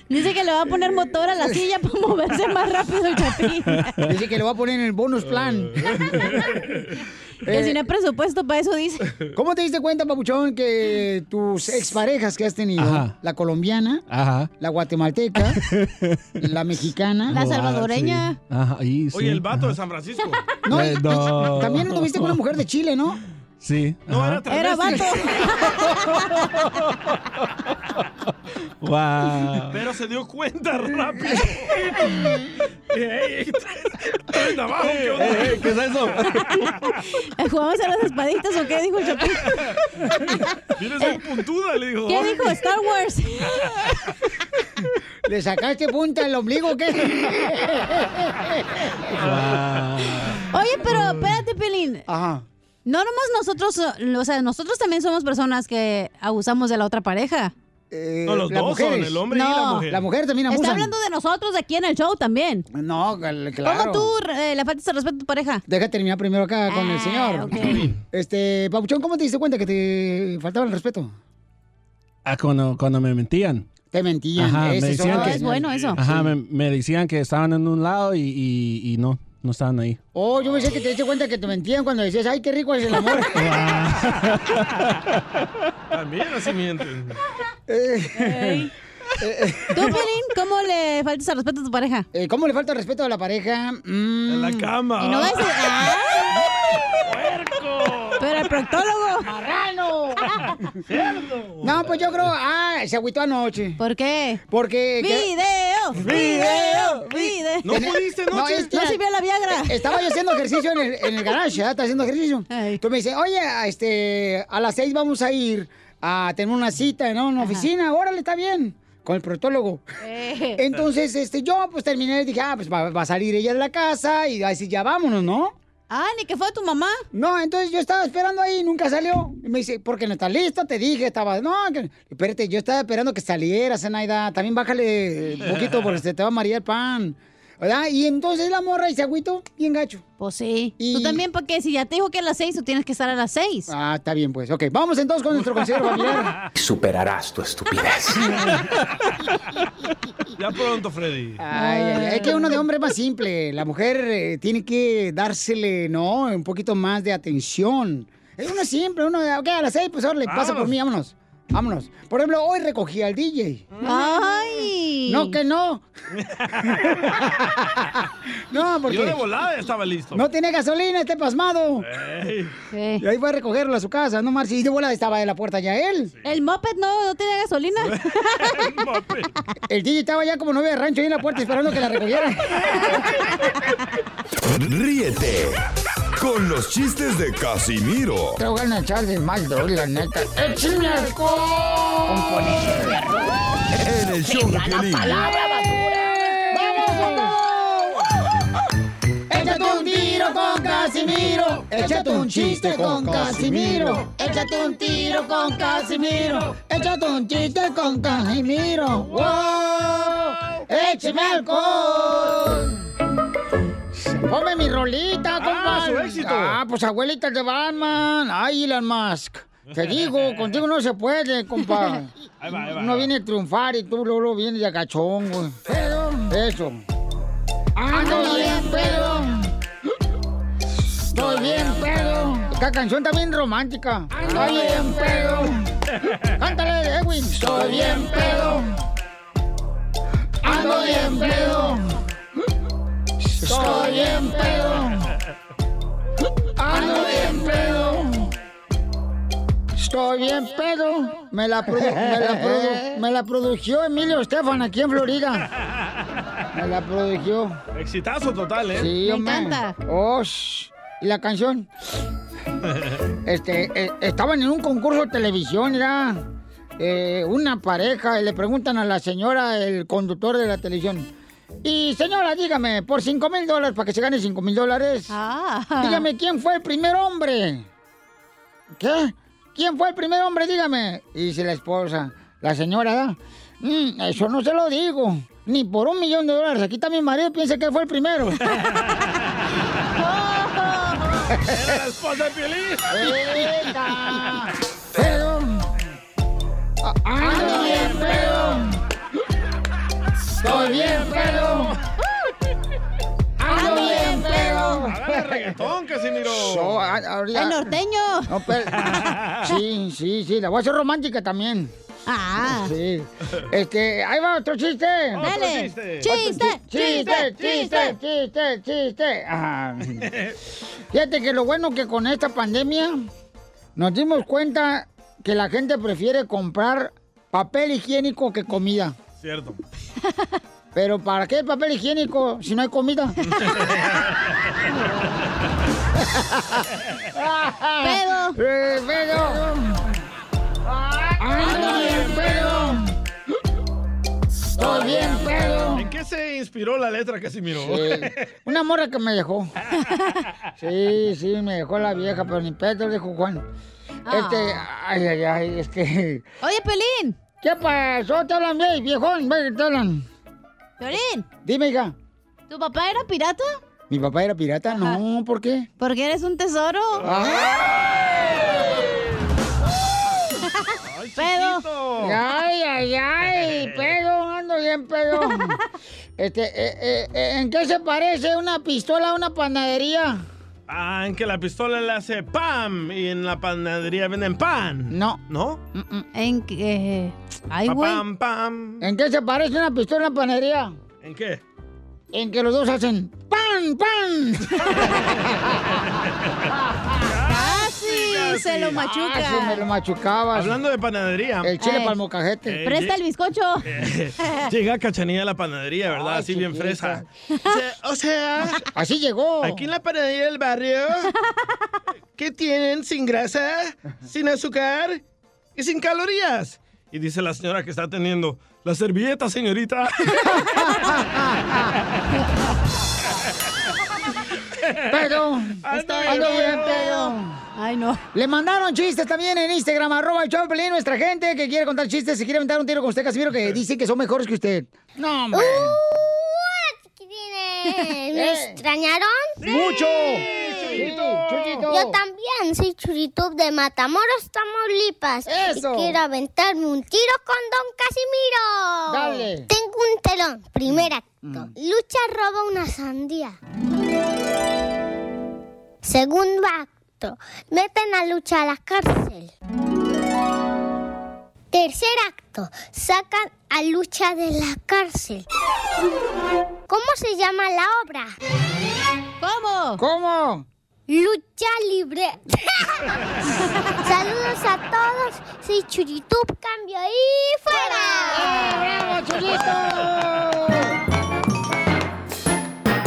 Speaker 14: Dice que le va a poner motor a la silla para moverse más rápido el chapín.
Speaker 5: Dice que lo va a poner en el bonus plan. Eh,
Speaker 14: Que si no hay presupuesto para eso, dice.
Speaker 5: ¿Cómo te diste cuenta, Papuchón, que tus exparejas que has tenido,
Speaker 26: Ajá.
Speaker 5: la colombiana,
Speaker 26: Ajá.
Speaker 5: la guatemalteca, la mexicana, Ah,
Speaker 14: La salvadoreña.
Speaker 26: Sí. Ajá, ahí sí.
Speaker 6: Oye, el vato de San Francisco.
Speaker 5: No,
Speaker 26: Eh, no.
Speaker 5: También anduviste con una mujer de Chile, ¿no?
Speaker 26: Sí.
Speaker 6: No,
Speaker 26: ajá.
Speaker 6: era travesti.
Speaker 26: Wow.
Speaker 6: Pero se dio cuenta rápido. ¡Ey! ey, de abajo, ¿qué onda?
Speaker 26: ¿Qué es eso?
Speaker 14: ¿Eh, ¿Jugamos a las espaditas o qué dijo el chapín?
Speaker 6: Vienes bien puntuda, le dijo.
Speaker 14: ¿Qué dijo Star Wars?
Speaker 5: ¿Le sacaste punta al ombligo o qué?
Speaker 14: Oye, pero espérate, Pelín.
Speaker 5: Ah. Ajá.
Speaker 14: No nomás nosotros, eh, o sea, nosotros también somos personas que abusamos de la otra pareja.
Speaker 6: No, los
Speaker 5: las
Speaker 6: dos son, el hombre y la mujer.
Speaker 5: La mujer también
Speaker 14: Está
Speaker 5: abusan.
Speaker 14: hablando de nosotros aquí en el show también.
Speaker 5: No, cal-
Speaker 14: ¿Cómo
Speaker 5: claro.
Speaker 14: tú Ah, eh, le faltas el respeto a tu pareja?
Speaker 5: Deja terminar primero acá con el señor. Este, Papuchón, ¿cómo te diste cuenta que te faltaba el respeto?
Speaker 26: Ah, cuando, cuando me mentían.
Speaker 5: Te mentían.
Speaker 26: Ajá,
Speaker 5: ese
Speaker 26: me
Speaker 5: es
Speaker 26: decían
Speaker 5: otro
Speaker 26: que,
Speaker 5: señal.
Speaker 26: Ajá, me, me decían que estaban en un lado y, y- y no, no estaban ahí.
Speaker 5: Oh, yo pensé que te diste cuenta que te mentían cuando decías, ay, qué rico es el amor.
Speaker 6: También así Ah, mienten.
Speaker 5: Eh,
Speaker 14: ¿Tú, Pelín, cómo le faltas el respeto a tu pareja?
Speaker 5: eh, ¿Cómo le falta el respeto a la pareja? Mm. En
Speaker 6: la cama.
Speaker 14: Y no ves- Pero "Ah". el proctólogo.
Speaker 5: ¡Marrano! No, pues yo creo, ah, se agüitó anoche.
Speaker 14: ¿Por qué?
Speaker 5: Porque...
Speaker 14: ¡Video!
Speaker 5: ¡Video!
Speaker 14: ¡Video!
Speaker 5: No pudiste
Speaker 14: No,
Speaker 5: anoche.
Speaker 14: no sirvió la Viagra.
Speaker 5: Estaba yo haciendo ejercicio en el, en el garage, ¿verdad? Estaba haciendo ejercicio. Entonces me dice, oye, a este, a las seis vamos a ir a tener una cita, ¿no? En una oficina, órale, está bien. Con el protólogo.
Speaker 14: Eh.
Speaker 5: Entonces, este, yo pues terminé y dije, ah, pues va, va a salir ella de la casa y así ya vámonos, ¿no?
Speaker 14: Ah, ni que fue tu mamá.
Speaker 5: No, entonces yo estaba esperando ahí, nunca salió. Y me dice, porque no está lista, te dije, estaba. No, que- espérate, yo estaba esperando que saliera, Zenaida. También bájale un poquito porque se te va a marear el pan. ¿Verdad? Y entonces la morra y se agüito bien gacho.
Speaker 14: Pues sí. Tú también, porque si ya te dijo que a las seis, tú tienes que estar a las seis.
Speaker 5: Ah, está bien, pues. Ok, vamos entonces con nuestro consejero familiar.
Speaker 25: Superarás tu estupidez.
Speaker 6: Ya pronto, Freddy.
Speaker 5: Ay, ay, ay, es que uno de hombre es más simple. La mujer eh, tiene que dársele, ¿no? Un poquito más de atención. Es uno simple, uno de, ok, a las seis, pues órale, pasa por
Speaker 6: Vámonos.
Speaker 5: mí, vámonos. Vámonos. Por ejemplo, hoy recogí al DJ.
Speaker 14: ¡Ay!
Speaker 5: No, que no. no,
Speaker 6: Yo de
Speaker 5: porque
Speaker 6: volada Eh. ya estaba listo.
Speaker 5: no tiene gasolina este pasmado.
Speaker 6: Ey.
Speaker 5: Y ahí fue a recogerlo a su casa, no Marci. Y de volada estaba de la puerta ya él.
Speaker 14: El moped no, no tenía gasolina.
Speaker 5: El DJ estaba ya como novia de rancho ahí en la puerta esperando que la recogieran.
Speaker 1: Ríete con los chistes de Casimiro
Speaker 5: Te voy a echar de mal, doy, la neta. ¡Échame
Speaker 1: en el show de Piolín.
Speaker 5: Échate un tiro con Casimiro. Échate un chiste con Casimiro. Échate un tiro con Casimiro. Échate un chiste con Casimiro. ¡Wow! ¡Échame alcohol! Ponme mi rolita, compa.
Speaker 6: su éxito.
Speaker 5: Ah, pues abuelita de Batman. Ay, Elon Musk. Te digo, contigo no se puede, compa.
Speaker 6: Ahí va, ahí va.
Speaker 5: Uno viene a triunfar y tú luego vienes de agachón, güey. Eso.
Speaker 9: Ando bien pedo.
Speaker 5: Estoy bien pedo. Esta canción está bien romántica.
Speaker 9: Estoy bien pedo.
Speaker 5: Cántale, Edwin.
Speaker 9: Estoy bien pedo. Ando bien pedo. Estoy bien pedo.
Speaker 5: Ando bien pedo. Estoy bien pedo. Me la, produ- me la produ- me la produjo Emilio Estefan aquí en Florida. Me la produjo.
Speaker 6: Exitazo total, ¿eh?
Speaker 5: Sí, hombre. Oh, sh- ¿Y la canción? Este, eh, estaban en un concurso de televisión, era eh, una pareja, y le preguntan a la señora, el conductor de la televisión. Y señora, dígame, por 5 mil dólares, para que se gane 5 mil dólares, dígame quién fue el primer hombre. ¿Qué? ¿Quién fue el primer hombre? Dígame. Y dice la esposa, la señora, ¿da? "Mm, eso no se lo digo. Ni por un millón de dólares. Aquí está mi marido, piensa que él fue el primero.
Speaker 9: ¡Era la esposa de Piolín!
Speaker 5: ¡Eta! ¡Feo! Ah, ¡Ando bien feo! ¡Estoy bien feo! ¡Ando bien
Speaker 6: Hágale
Speaker 5: feo!
Speaker 6: reggaetón, Casimiro.
Speaker 5: So, a- ahorita-
Speaker 6: El
Speaker 14: norteño!
Speaker 5: No, pero- sí, sí, sí, la voy a hacer romántica también.
Speaker 14: Ah.
Speaker 5: Sí. Este, ahí va otro chiste.
Speaker 14: Otro Dale. chiste. Chiste,
Speaker 5: Otro chi- Chiste, chiste, chiste, chiste. Ah. Fíjate que lo bueno que con esta pandemia nos dimos cuenta que la gente prefiere comprar papel higiénico que comida.
Speaker 6: Cierto.
Speaker 5: Pero ¿para qué papel higiénico si no hay comida?
Speaker 9: Pedo.
Speaker 5: Eh, pedo.
Speaker 9: Ando bien pedo.
Speaker 5: Estoy bien pedo.
Speaker 6: ¿En qué se inspiró la letra, Casimiro?
Speaker 5: Una morra que me dejó. Sí, sí, me dejó la vieja, pero ni pedo, dijo Juan. Este,
Speaker 14: Ah.
Speaker 5: ay, ay, ay, este.
Speaker 14: Oye, Pelín.
Speaker 5: ¿Qué pasó? ¿Te hablan bien, viejón? Ve, ¿Te hablan?
Speaker 14: Pelín,
Speaker 5: Dime, hija.
Speaker 14: ¿tu papá era pirata?
Speaker 5: ¿Mi papá era pirata? No, ¿por qué?
Speaker 14: Porque eres un tesoro.
Speaker 5: ¡Pedo! ¡Ay, ay, ay! ¡Pedo! ¡Ando bien, pedo! Este, eh, eh, eh, ¿en qué se parece una pistola a una panadería?
Speaker 6: Ah, en que la pistola le hace ¡pam! Y en la panadería venden pan.
Speaker 5: No.
Speaker 6: ¿No?
Speaker 14: ¿En qué? Ay,
Speaker 6: Pa,
Speaker 14: güey.
Speaker 6: pam,
Speaker 5: ¿En qué se parece una pistola a una panadería?
Speaker 6: ¿En qué?
Speaker 5: En que los dos hacen ¡Pan, pan!
Speaker 14: Casi, se lo machuca.
Speaker 5: Casi me lo machucabas.
Speaker 6: Hablando de panadería.
Speaker 5: El chile
Speaker 14: Ey.
Speaker 5: para el mocajete.
Speaker 6: Eh, Presta
Speaker 14: el bizcocho.
Speaker 9: Eh,
Speaker 6: Llega Cachanilla a la panadería, ¿verdad? Así bien fresa. O sea,
Speaker 5: así llegó.
Speaker 6: Aquí en la panadería del barrio, ¿qué tienen sin grasa, sin azúcar y sin calorías? Y dice la señora que está atendiendo, la servilleta, señorita.
Speaker 5: Pedo. Ando bien, pedo.
Speaker 14: Ay, no.
Speaker 5: Le mandaron chistes también en Instagram, arroba el show de Pelín, nuestra gente que quiere contar chistes, se quiere aventar un tiro con usted, Casimiro, que dice que son mejores que usted. No, hombre.
Speaker 15: Eh, ¿Me
Speaker 5: Eh.
Speaker 15: extrañaron?
Speaker 5: ¡Mucho!
Speaker 15: Yo también soy Churito de Matamoros, Tamaulipas.
Speaker 5: Eso.
Speaker 15: Y quiero aventarme un tiro con Don Casimiro.
Speaker 5: Dale.
Speaker 15: Tengo un telón. Primer acto. Lucha roba una sandía. Segundo acto. Meten a Lucha a la cárcel. Tercer acto. Sacan a Lucha de la cárcel. ¿Cómo se llama la obra?
Speaker 14: ¿Cómo?
Speaker 5: ¿Cómo?
Speaker 15: Lucha libre. Saludos a todos. Soy Churitub, cambio y fuera.
Speaker 5: ¡Bravo, Churito!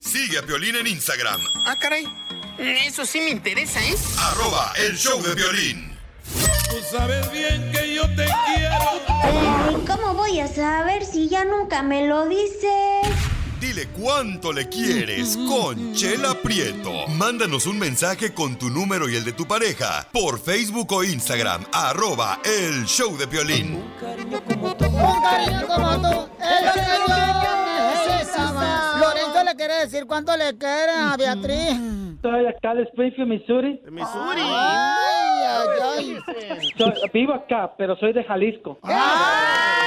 Speaker 1: Sigue a Piolín en Instagram,
Speaker 2: Ah, caray. Eso sí me interesa, ¿eh?
Speaker 1: arroba el show de violín.
Speaker 2: Tú sabes bien que yo te
Speaker 3: Pero, ¿y cómo voy a saber si ya nunca me lo dices?
Speaker 1: Dile cuánto le quieres con Chela Prieto. Mándanos un mensaje con tu número y el de tu pareja por Facebook o Instagram, arroba el show de violín.
Speaker 5: Un cariño como tú, es lo que yo necesitaba.
Speaker 23: necesitaba.
Speaker 5: Lorenzo le quiere decir cuánto le quiere a Beatriz.
Speaker 23: Estoy acá de Springfield, Missouri.
Speaker 5: Missouri. Ay, ay, ay.
Speaker 23: Soy- vivo acá, pero soy de Jalisco.
Speaker 4: Ah,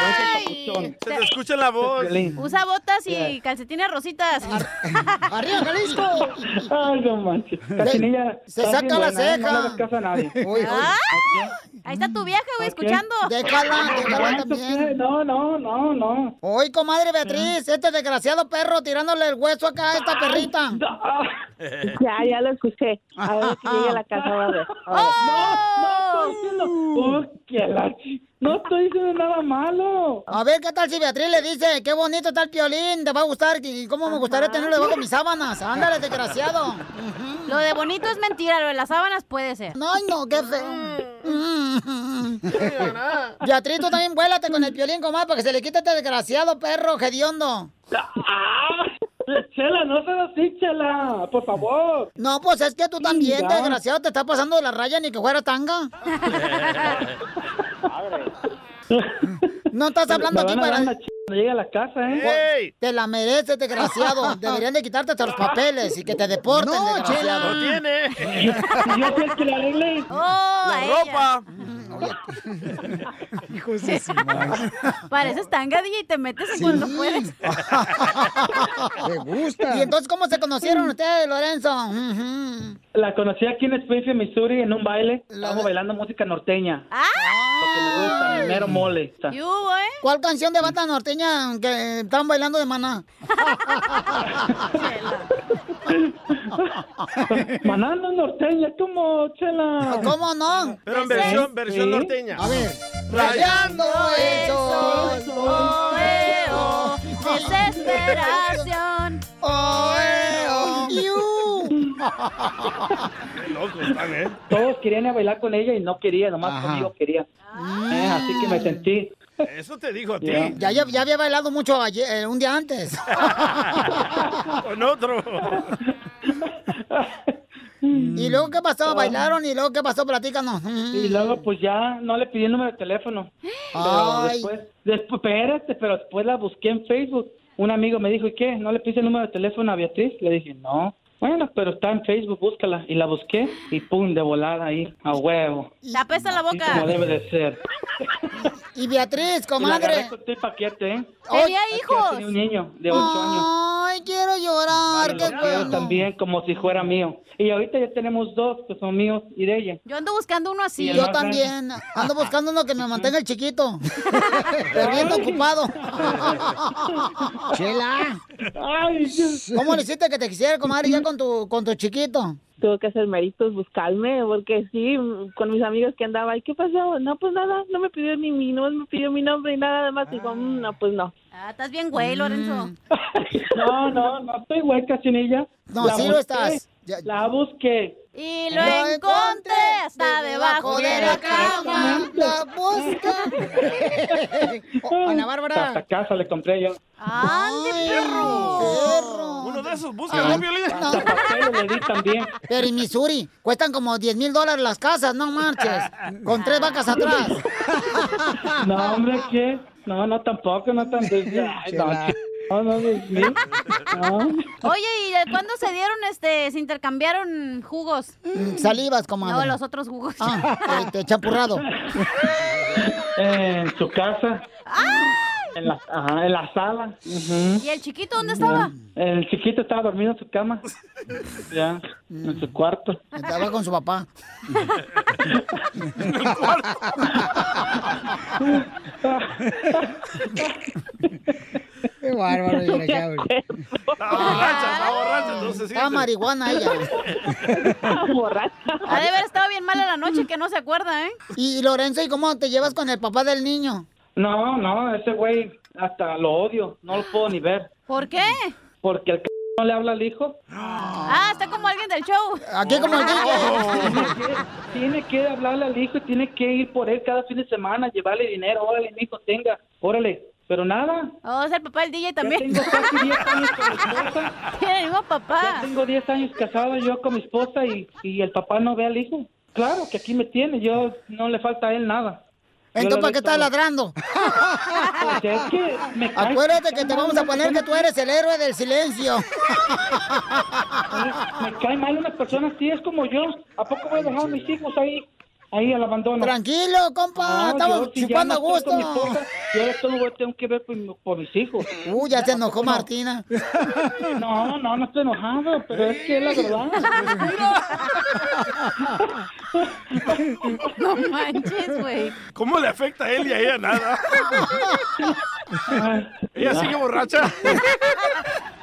Speaker 6: Se te escucha la voz.
Speaker 4: Usa botas y
Speaker 23: Yeah.
Speaker 4: calcetines rositas.
Speaker 5: ¡Arriba, Jalisco!
Speaker 23: Ay, no manches. Cachanilla,
Speaker 4: se
Speaker 23: estás
Speaker 4: saca
Speaker 23: bien
Speaker 4: la
Speaker 23: buena, ¿eh?
Speaker 4: ceja.
Speaker 23: No le hagas caso a nadie.
Speaker 4: Ah, Ahí está tu vieja, güey, escuchando.
Speaker 5: Déjala, déjala
Speaker 23: ¿Cuánto
Speaker 5: también.
Speaker 23: No, no, no, no.
Speaker 5: Hoy, comadre Beatriz, este desgraciado perro tirándole el hueso acá a esta perrita.
Speaker 13: Ya, ya lo escuché. A ver si llega a la casa, va a ver. A ver.
Speaker 5: no, No estoy diciendo nada malo. A ver, ¿qué tal si Beatriz le dice? Qué bonito está el piolín, te va a gustar. ¿Y cómo me gustaría tenerlo debajo de mis sábanas? Ándale, desgraciado.
Speaker 4: Lo de bonito es mentira, lo de las sábanas puede ser. Mm.
Speaker 5: No, no, qué Mm. feo. Beatriz, tú también vuélate con el piolín, comadre, para que se le quite este desgraciado perro, hediondo. Ah, Chela, no seas así, Chela, por favor. No, pues es que tú también,
Speaker 23: Mira.
Speaker 5: desgraciado, te está pasando de la raya ni que fuera tanga. No estás hablando aquí para... Pues,
Speaker 23: Llega a la casa, ¿eh?
Speaker 5: Te la mereces, desgraciado. Deberían de quitarte hasta los papeles y que te deporten,
Speaker 23: No,
Speaker 5: desgraciado.
Speaker 23: Chela. No tiene.
Speaker 5: Yo quiero que le arregle
Speaker 4: a ella. ropa.
Speaker 5: Hijos de su madre.
Speaker 4: Pareces tanga DJ y te metes en
Speaker 5: Sí.
Speaker 4: cuando puedes.
Speaker 5: Me gusta. ¿Y entonces cómo se conocieron ustedes, Lorenzo? Ujú.
Speaker 23: La conocí aquí en Springfield, Missouri, en un baile. Estábamos bailando música norteña.
Speaker 5: ¡Ah!
Speaker 23: El mero mole.
Speaker 5: ¿Cuál canción de banda norteña que están bailando de maná?
Speaker 23: Maná no es norteña, ¿cómo, Chela?
Speaker 5: ¿Cómo no?
Speaker 23: Pero en
Speaker 5: versión-
Speaker 23: versión norteña.
Speaker 5: A ver. Rayando el sol,
Speaker 4: oe, oh, desesperación,
Speaker 5: oe, oh. ¡Iu!
Speaker 23: ¿eh? Todos querían ir a bailar con ella y no quería, nomás conmigo quería. Eh, así que me sentí.
Speaker 6: Eso te dijo a ti.
Speaker 5: Mm. Ya, ya, ya había bailado mucho ayer, eh, un día antes.
Speaker 6: Con otro.
Speaker 23: Mm.
Speaker 5: ¿Y luego qué
Speaker 23: Oh.
Speaker 5: pasó? ¿Bailaron? ¿Y luego qué pasó? Platícanos. Mm,
Speaker 23: Y luego, pues ya no le pedí el número de teléfono. Pero
Speaker 5: Ay.
Speaker 23: después, después, espérate, pero después la busqué en Facebook. Un amigo me dijo, ¿y qué? ¿No le pediste el número de teléfono a Beatriz? Le dije, no. Bueno, pero está en Facebook, búscala. Y la busqué y pum, de volada ahí, a huevo.
Speaker 4: la pesa la boca.
Speaker 23: Como debe de ser.
Speaker 5: Y Beatriz,
Speaker 23: Y la agarré
Speaker 5: comadre.
Speaker 23: con todo el paquete, ¿eh?
Speaker 5: Tenía hijos.
Speaker 23: Tenía un niño de 8 años.
Speaker 5: Ay, quiero llorar.
Speaker 23: Lo
Speaker 5: qué
Speaker 23: quiero
Speaker 5: feo.
Speaker 23: también como si fuera mío. Y ahorita ya tenemos dos que son míos y de ella.
Speaker 4: Yo ando buscando uno
Speaker 23: Y
Speaker 4: así.
Speaker 23: el
Speaker 5: Yo
Speaker 23: más grande.
Speaker 5: también. Ando buscando uno que me mantenga el chiquito. Pero bien ocupado. Chela. ¿Cómo le hiciste que te quisiera, comadre, ya con tu, con tu chiquito?
Speaker 13: Tuvo que hacer méritos buscarme, porque sí, con mis amigos que andaba, ¿y qué pasó? No, pues nada, no me pidió ni mi, no me pidió mi nombre y nada, además digo, "Mm, no, pues no.
Speaker 4: Ah, estás bien
Speaker 5: Mm.
Speaker 4: güey, Lorenzo.
Speaker 23: No, no, no estoy hueca sin ella.
Speaker 4: No, sí lo estás.
Speaker 23: La busqué.
Speaker 4: Y
Speaker 23: Lo
Speaker 4: lo encontré hasta debajo de la cama.
Speaker 5: La busca. Oh, Ana Bárbara.
Speaker 23: Hasta casa le compré yo.
Speaker 5: ¡Ande, perro! Uno de esos, busca
Speaker 23: ¿no,
Speaker 5: no.
Speaker 23: Pero le di también.
Speaker 5: Pero en Missouri cuestan como 10 mil dólares las casas, no marches. Con tres vacas atrás.
Speaker 23: No, hombre, ¿qué? No, no, tampoco, no tan... Ay, no,
Speaker 5: Chela.
Speaker 23: no, no, Dios mío. no.
Speaker 4: Oye, ¿y de cuándo se dieron, este, se intercambiaron jugos?
Speaker 5: Mm, Salivas, comadre.
Speaker 4: No, los otros jugos.
Speaker 5: Ah, te, te chapurrado.
Speaker 23: En su casa. En la, ajá, en la sala. Ujú.
Speaker 4: ¿Y el chiquito dónde estaba?
Speaker 23: El chiquito estaba dormido en su cama. Ya, en su cuarto.
Speaker 5: Estaba con su papá. Qué bárbaro, desgraciado. Estaba marihuana ella.
Speaker 4: Ha de haber estado bien mala la noche que no se acuerda, ¿eh?
Speaker 5: Y Lorenzo, ¿y cómo te llevas con el papá del niño?
Speaker 23: No, no, ese güey hasta lo odio. No lo puedo ni ver.
Speaker 4: ¿Por qué?
Speaker 23: Porque el c no le habla al hijo.
Speaker 4: Ah, está como alguien del show.
Speaker 5: Aquí como el
Speaker 23: Tiene que hablarle al hijo y tiene que ir por él cada fin de semana, llevarle dinero. Órale, mi hijo, tenga. Órale. Pero nada.
Speaker 4: Oh, es el papá del DJ también.
Speaker 23: tengo casi 10 años con mi esposa.
Speaker 4: Tiene el mismo
Speaker 23: Ya
Speaker 4: papá.
Speaker 23: tengo 10 años casado yo con mi esposa y, y el papá no ve al hijo. Claro que aquí me tiene. Yo no le falta a él nada. Yo
Speaker 5: Entonces,
Speaker 23: lo
Speaker 5: ¿para
Speaker 23: doy
Speaker 5: qué estás
Speaker 23: todo.
Speaker 5: ladrando?
Speaker 23: Porque es que me cae-
Speaker 5: Acuérdate que te vamos a poner que tú eres el héroe del silencio.
Speaker 23: Me cae mal una persona así, es como yo. ¿A poco voy a dejar a mis hijos ahí, ahí al abandono?
Speaker 5: Tranquilo, compa, estamos
Speaker 23: yo, si ya
Speaker 5: chupando
Speaker 23: no
Speaker 5: a
Speaker 23: estoy con mi
Speaker 5: gusto.
Speaker 23: esposa, Yo ahora todo lo tengo que ver por, mi- por mis hijos.
Speaker 5: Uy, Uh, ya se enojó Martina.
Speaker 23: No, no, no estoy enojado, pero es que es la verdad.
Speaker 4: No manches, güey.
Speaker 6: ¿Cómo le afecta a él y a ella nada? ella sigue borracha.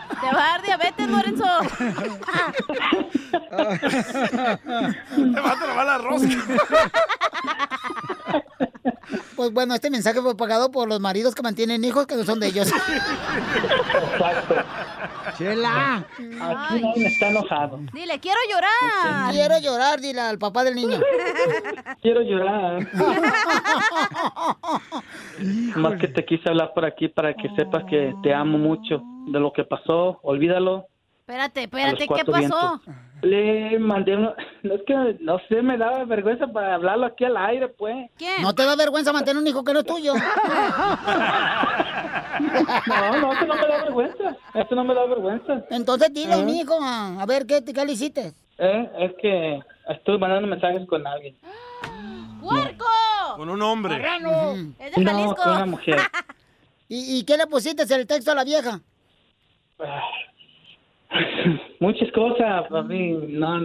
Speaker 4: Te va a dar diabetes, Lorenzo.
Speaker 6: Te va a trabar la rosca.
Speaker 5: bueno, este mensaje fue pagado por los maridos que mantienen hijos que no son de ellos.
Speaker 23: Exacto.
Speaker 5: Chela.
Speaker 23: Aquí nadie está enojado.
Speaker 4: Dile, quiero llorar.
Speaker 5: Quiero llorar, dile al papá del niño.
Speaker 23: Quiero llorar. Más que te quise hablar por aquí para que sepas que te amo mucho de lo que pasó. Olvídalo.
Speaker 4: Espérate,
Speaker 23: a los
Speaker 4: espérate, ¿qué
Speaker 23: cuatro
Speaker 4: pasó?
Speaker 23: vientos. Le mandé uno. No es que no sé, me daba vergüenza para hablarlo aquí al aire, pues.
Speaker 5: ¿No te da vergüenza mantener un hijo que no es tuyo?
Speaker 23: No, no, eso no me da vergüenza. Eso no me da vergüenza.
Speaker 5: Entonces dile a un
Speaker 23: Ah.
Speaker 5: hijo, a a ver, ¿qué, te- qué le hiciste?
Speaker 23: Eh, es que estoy mandando mensajes con alguien.
Speaker 6: Con un hombre.
Speaker 5: Ujú.
Speaker 23: No, con una mujer.
Speaker 5: ¿Y, y qué le pusiste en el texto a la vieja?
Speaker 23: Muchas cosas, a mí, no,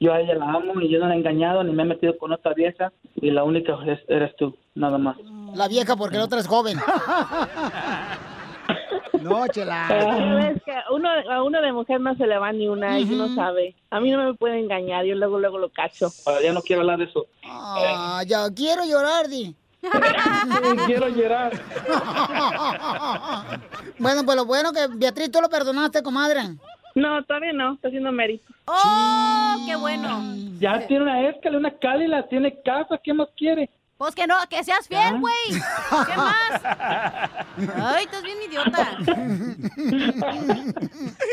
Speaker 23: yo a ella la amo y yo no la he engañado ni me he metido con otra vieja y la única es- eres tú, nada más.
Speaker 5: La vieja porque la otra es joven. No, chela.
Speaker 16: Pero
Speaker 23: Ah,
Speaker 16: es que uno, a uno de mujer no se le va ni una y uno sabe. A mí no me puede engañar, yo luego luego lo cacho.
Speaker 23: Ahora ya no quiero hablar de eso.
Speaker 5: Ah, ya quiero llorar, Di.
Speaker 23: quiero llorar.
Speaker 5: bueno, pues lo bueno que Beatriz, tú lo perdonaste, comadre.
Speaker 16: No, todavía no, está haciendo mérito.
Speaker 4: ¡Oh, qué bueno!
Speaker 23: Ya tiene una escala, una cálida, tiene casa, ¿qué más quiere?
Speaker 4: Pues que no, que seas fiel, güey. ¿Qué más? Ay, estás bien idiota.
Speaker 5: Mm.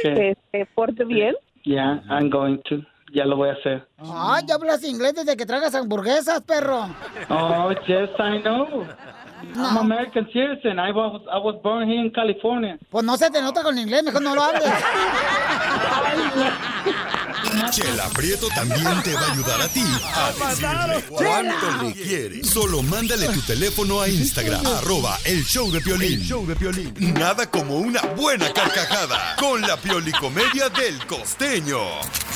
Speaker 16: Que se porte bien.
Speaker 23: Ya, I'm going to, ya lo voy a hacer.
Speaker 5: Ay, ya hablas inglés desde que tragas hamburguesas, perro.
Speaker 23: Oh, yes, I know. I'm American citizen. I was, I was born here in California.
Speaker 5: Pues no se te nota con inglés, mejor no lo hables.
Speaker 1: Chela Prieto también te va a ayudar a ti a decirle cuánto le quieres. Solo mándale tu teléfono a Instagram, arroba el show de Piolín. Nada como una buena carcajada con la piolicomedia del costeño.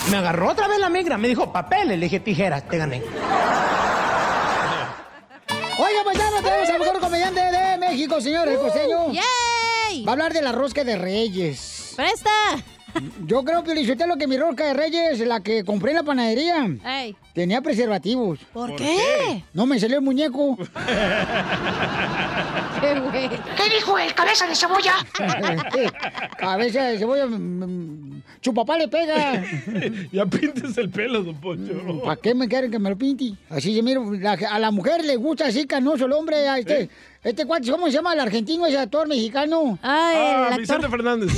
Speaker 17: Me agarró otra vez la migra, me dijo papeles, le dije tijeras, te gané.
Speaker 5: Oiga, pues ya nos tenemos al mejor comediante de México, señor, el costeño. Va a hablar de la rosca de Reyes.
Speaker 9: ¡Presta!
Speaker 5: Yo creo, que lo que mi rosca de Reyes, la que compré en la panadería,
Speaker 4: Eh.
Speaker 9: Ey.
Speaker 5: tenía preservativos.
Speaker 9: ¿Por ¿Por qué? qué?
Speaker 5: No me salió el muñeco.
Speaker 9: ¿Qué
Speaker 5: dijo el cabeza de cebolla? cabeza de cebolla. Chupapá mm, le pega.
Speaker 6: ya pintes el pelo, don Poncho.
Speaker 5: ¿Para qué me quieren que me lo pinti? Así que miro, la- a la mujer le gusta así canoso el hombre. a este, este cuate, ¿cómo se llama el argentino, ese actor mexicano?
Speaker 6: Ah, Vicente Fernández.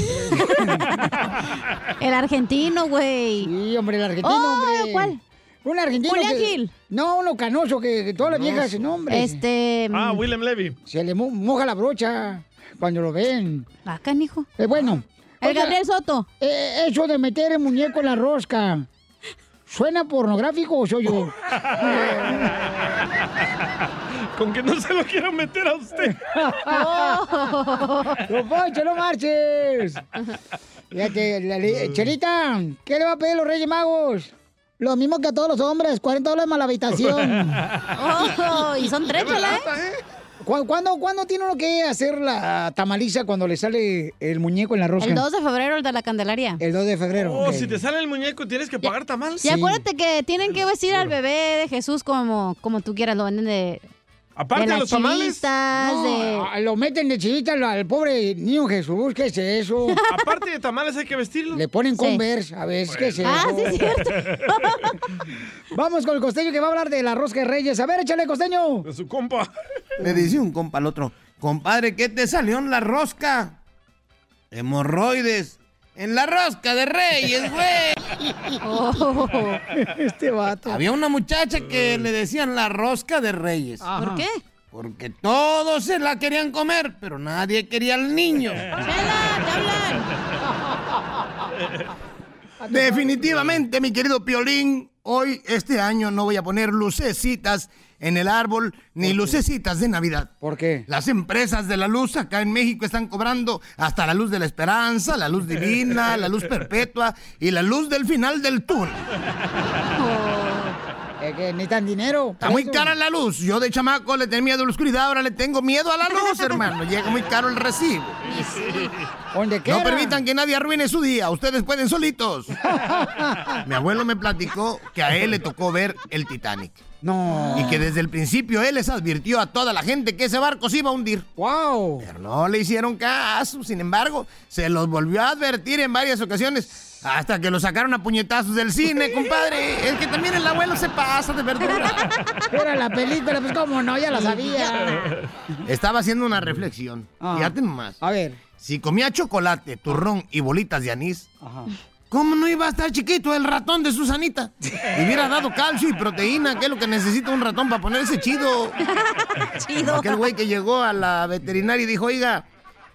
Speaker 9: El argentino, güey.
Speaker 5: Sí, hombre, el argentino,
Speaker 9: Oh,
Speaker 5: hombre.
Speaker 9: ¿cuál?
Speaker 5: Un argentino.
Speaker 9: Julián
Speaker 5: que-
Speaker 9: Gil.
Speaker 5: No, uno canoso que, que todas las viejas, no, hombre.
Speaker 9: Este.
Speaker 6: Ah, William Levy.
Speaker 5: Se le mo- moja la brocha cuando lo ven. Eh,
Speaker 9: Acá, hijo.
Speaker 5: bueno.
Speaker 9: El Gabriel
Speaker 5: Soto. eso de meter el muñeco en la rosca. ¿Suena pornográfico o soy yo?
Speaker 6: Con que no se lo quiero meter a usted.
Speaker 5: ¡No, Poncho, no marches! Fíjate, la le- Chelita, ¿qué le va a pedir los Reyes Magos? Lo mismo que a todos los hombres, 40 dólares más la habitación.
Speaker 9: Oh, y son tres, ¿verdad?
Speaker 6: ¿eh?
Speaker 5: ¿Cu- ¿Cuándo, ¿Cuándo tiene uno que hacer la tamaliza cuando le sale el muñeco en la rosca?
Speaker 9: El 2 de febrero, el de la Candelaria.
Speaker 5: El 2 de febrero.
Speaker 6: Oh,
Speaker 5: ok.
Speaker 6: si te sale el muñeco, tienes que pagar tamal.
Speaker 9: Y acuérdate que tienen que vestir al bebé de Jesús como, como tú quieras, lo venden de. de
Speaker 6: Aparte de
Speaker 9: las
Speaker 6: los tamales.
Speaker 9: chivitas, de-
Speaker 5: No, ah, Lo meten de chivita al, al pobre niño Jesús, ¿qué es eso?
Speaker 6: Aparte de tamales, hay que vestirlo.
Speaker 5: Le ponen Converse, a ver, ¿qué es eso?
Speaker 6: Ah, sí, es
Speaker 5: cierto. Vamos con el costeño que va a hablar de la rosca de Reyes. A ver, échale, costeño.
Speaker 6: De su compa.
Speaker 17: Le dice un compa al otro, compadre, ¿qué te salió en la rosca? Hemorroides. En la rosca de Reyes, güey.
Speaker 5: Oh. este vato.
Speaker 17: Había una muchacha que le decían la rosca de Reyes.
Speaker 9: Ajá. ¿Por qué?
Speaker 17: Porque todos se la querían comer, pero nadie quería al niño. Definitivamente, mi querido Piolín, hoy, este año, no voy a poner lucecitas en el árbol, ni lucecitas de Navidad.
Speaker 5: ¿Por qué?
Speaker 17: Las empresas de la luz acá en México están cobrando hasta la luz de la esperanza, la luz divina, la luz perpetua y la luz del final del túnel.
Speaker 5: Es Eh, que necesitan dinero.
Speaker 17: Oh. Está muy cara la luz. Yo de chamaco le tenía miedo a la oscuridad, ahora le tengo miedo a la luz, hermano. Llega muy caro el recibo.
Speaker 5: ¿Dónde
Speaker 17: No
Speaker 5: quiera.
Speaker 17: permitan que nadie arruine su día. Ustedes pueden solitos. Mi abuelo me platicó que a él le tocó ver el Titanic.
Speaker 5: No.
Speaker 17: Y que desde el principio él les advirtió a toda la gente que ese barco se iba a hundir.
Speaker 5: ¡Wow!
Speaker 17: Pero no le hicieron caso. Sin embargo, se los volvió a advertir en varias ocasiones hasta que lo sacaron a puñetazos del cine, compadre. Es que también el abuelo se pasa de verdura.
Speaker 5: Era la película, pues cómo no, ya la sabía. Ah.
Speaker 17: Estaba haciendo una reflexión. Fíjate nomás.
Speaker 5: A ver.
Speaker 17: Si comía chocolate, turrón y bolitas de anís, ¿cómo no iba a estar chiquito el ratón de Susanita? Le hubiera dado calcio y proteína, que es lo que necesita un ratón para ponerse chido. Chido. Aquel güey que llegó a la veterinaria y dijo, oiga,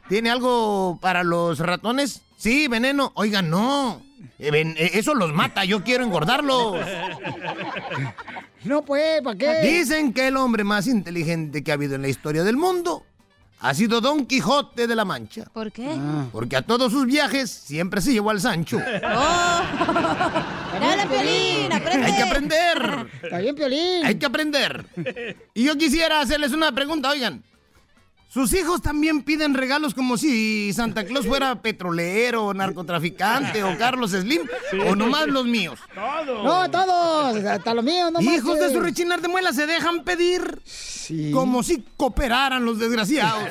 Speaker 17: ¿tiene algo para los ratones? Sí, veneno. Oiga, no. Eh, ven- eh, Eso los mata, yo quiero engordarlos.
Speaker 5: No, pues, ¿para qué?
Speaker 17: Dicen que el hombre más inteligente que ha habido en la historia del mundo ha sido Don Quijote de la Mancha. Ah.
Speaker 4: ¿Por qué?
Speaker 9: ¿Eh?
Speaker 17: Porque a todos sus viajes siempre se llevó al Sancho.
Speaker 5: Ah,
Speaker 4: ¡Dale, Piolín! ¡Aprende!
Speaker 17: Hay que aprender. Está
Speaker 5: bien, Piolín.
Speaker 17: Hay que aprender. Y yo quisiera hacerles una pregunta, oigan. ¿Sus hijos también piden regalos como si Santa Claus fuera petrolero, narcotraficante o Carlos Slim? ¿O nomás los míos?
Speaker 5: No, todos, hasta los míos, no
Speaker 17: Hijos de
Speaker 5: marches.
Speaker 17: su rechinar de muela se dejan pedir como si cooperaran los desgraciados.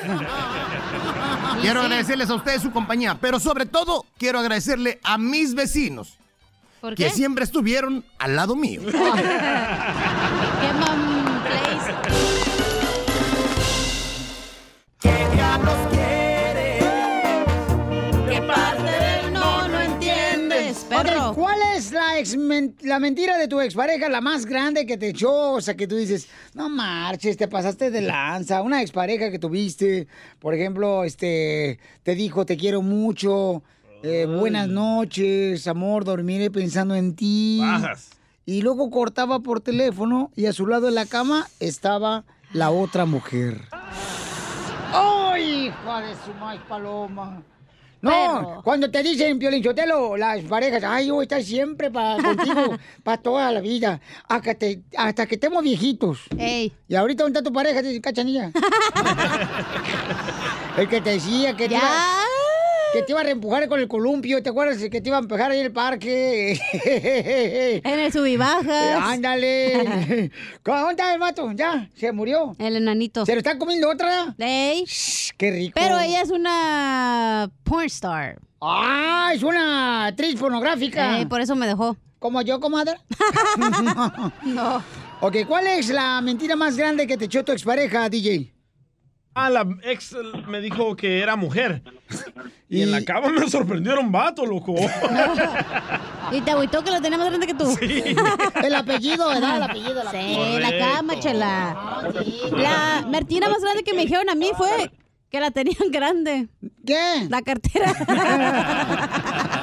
Speaker 17: Quiero agradecerles a ustedes su compañía, pero sobre todo quiero agradecerle a mis vecinos
Speaker 4: ¿Por
Speaker 17: que
Speaker 4: qué?
Speaker 17: siempre estuvieron al lado mío.
Speaker 4: ¡Qué mam place!
Speaker 9: ¿Qué parte del no no entiendes, perro?
Speaker 5: Ok, ¿Cuál es la, ex men- la mentira de tu expareja, la más grande que te echó? O sea, que tú dices, no marches, te pasaste de lanza. Una expareja que tuviste, por ejemplo, este, te dijo, te quiero mucho, eh, buenas noches, amor, dormiré pensando en ti.
Speaker 6: Bajas.
Speaker 5: Y luego cortaba por teléfono y a su lado en la cama estaba la otra mujer. ¡Ay, hija de su maíz paloma! No, cuando te dicen, Piolín Sotelo, las parejas, ay, yo voy a estar siempre para contigo, para toda la vida, hasta que, te- hasta que estemos viejitos. Y ahorita, ¿dónde está tu pareja? Dice, Cachanilla. el que te decía que te, iba, que te iba a reempujar con el columpio, ¿te acuerdas? Que te iba a empujar ahí en el parque. en
Speaker 4: el subibajas.
Speaker 5: Ándale. ¿Cómo está el vato? Ya, se murió.
Speaker 4: El enanito.
Speaker 5: ¿Se lo están comiendo otra?
Speaker 4: ¡Ey!
Speaker 5: ¡Qué rico!
Speaker 4: Pero ella es una porn star.
Speaker 5: ¡Ah! Es una actriz pornográfica.
Speaker 4: Ey, por eso me dejó.
Speaker 5: ¿Como yo, comadre? no. Ok, ¿cuál es la mentira más grande que te echó tu expareja, DJ?
Speaker 6: Ah, la ex me dijo que era mujer. Y, en la cama me sorprendieron vato, loco.
Speaker 4: Y te agüitó que lo tenía más grande que tú.
Speaker 5: El apellido, ¿verdad? El apellido. El
Speaker 4: Sí,
Speaker 5: apellido. Ah,
Speaker 4: la cama, chela. La mentira más grande que me dijeron a mí fue que la tenían grande.
Speaker 5: ¿Qué?
Speaker 4: La cartera.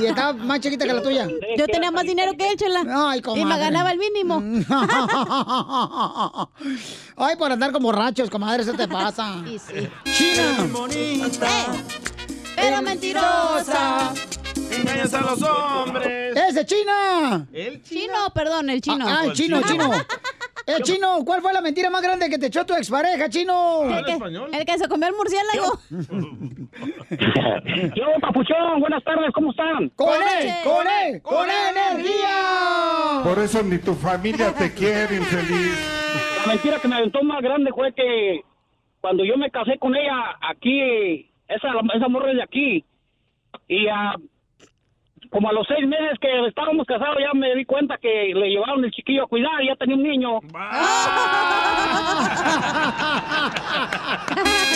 Speaker 5: Y estaba más chiquita que la tuya.
Speaker 4: Yo tenía más dinero que él, chela. y me
Speaker 5: comadre.
Speaker 4: ganaba el mínimo.
Speaker 5: Ay, por andar con borrachos, comadre, eso te pasa.
Speaker 4: Y sí.
Speaker 5: China.
Speaker 4: pero mentirosa.
Speaker 6: Engañas a los hombres.
Speaker 5: ¡Ese China!
Speaker 6: El
Speaker 4: chino, perdón, el chino.
Speaker 5: Ah, ah, el chino, chino. Eh, chino, ¿cuál fue la mentira más grande que te echó tu expareja, chino?
Speaker 4: El que, el que se comió el murciélago.
Speaker 16: Yo, papuchón, buenas tardes, ¿cómo están?
Speaker 5: ¡Con él, con él, con energía!
Speaker 23: Por eso ni tu familia te quiere, infeliz.
Speaker 16: La Ah, mentira que me aventó más grande fue que cuando yo me casé con ella, aquí, esa, esa morra es de aquí, y ah, como a los seis meses que estábamos casados, ya me di cuenta que le llevaron el chiquillo a cuidar y ya tenía un niño.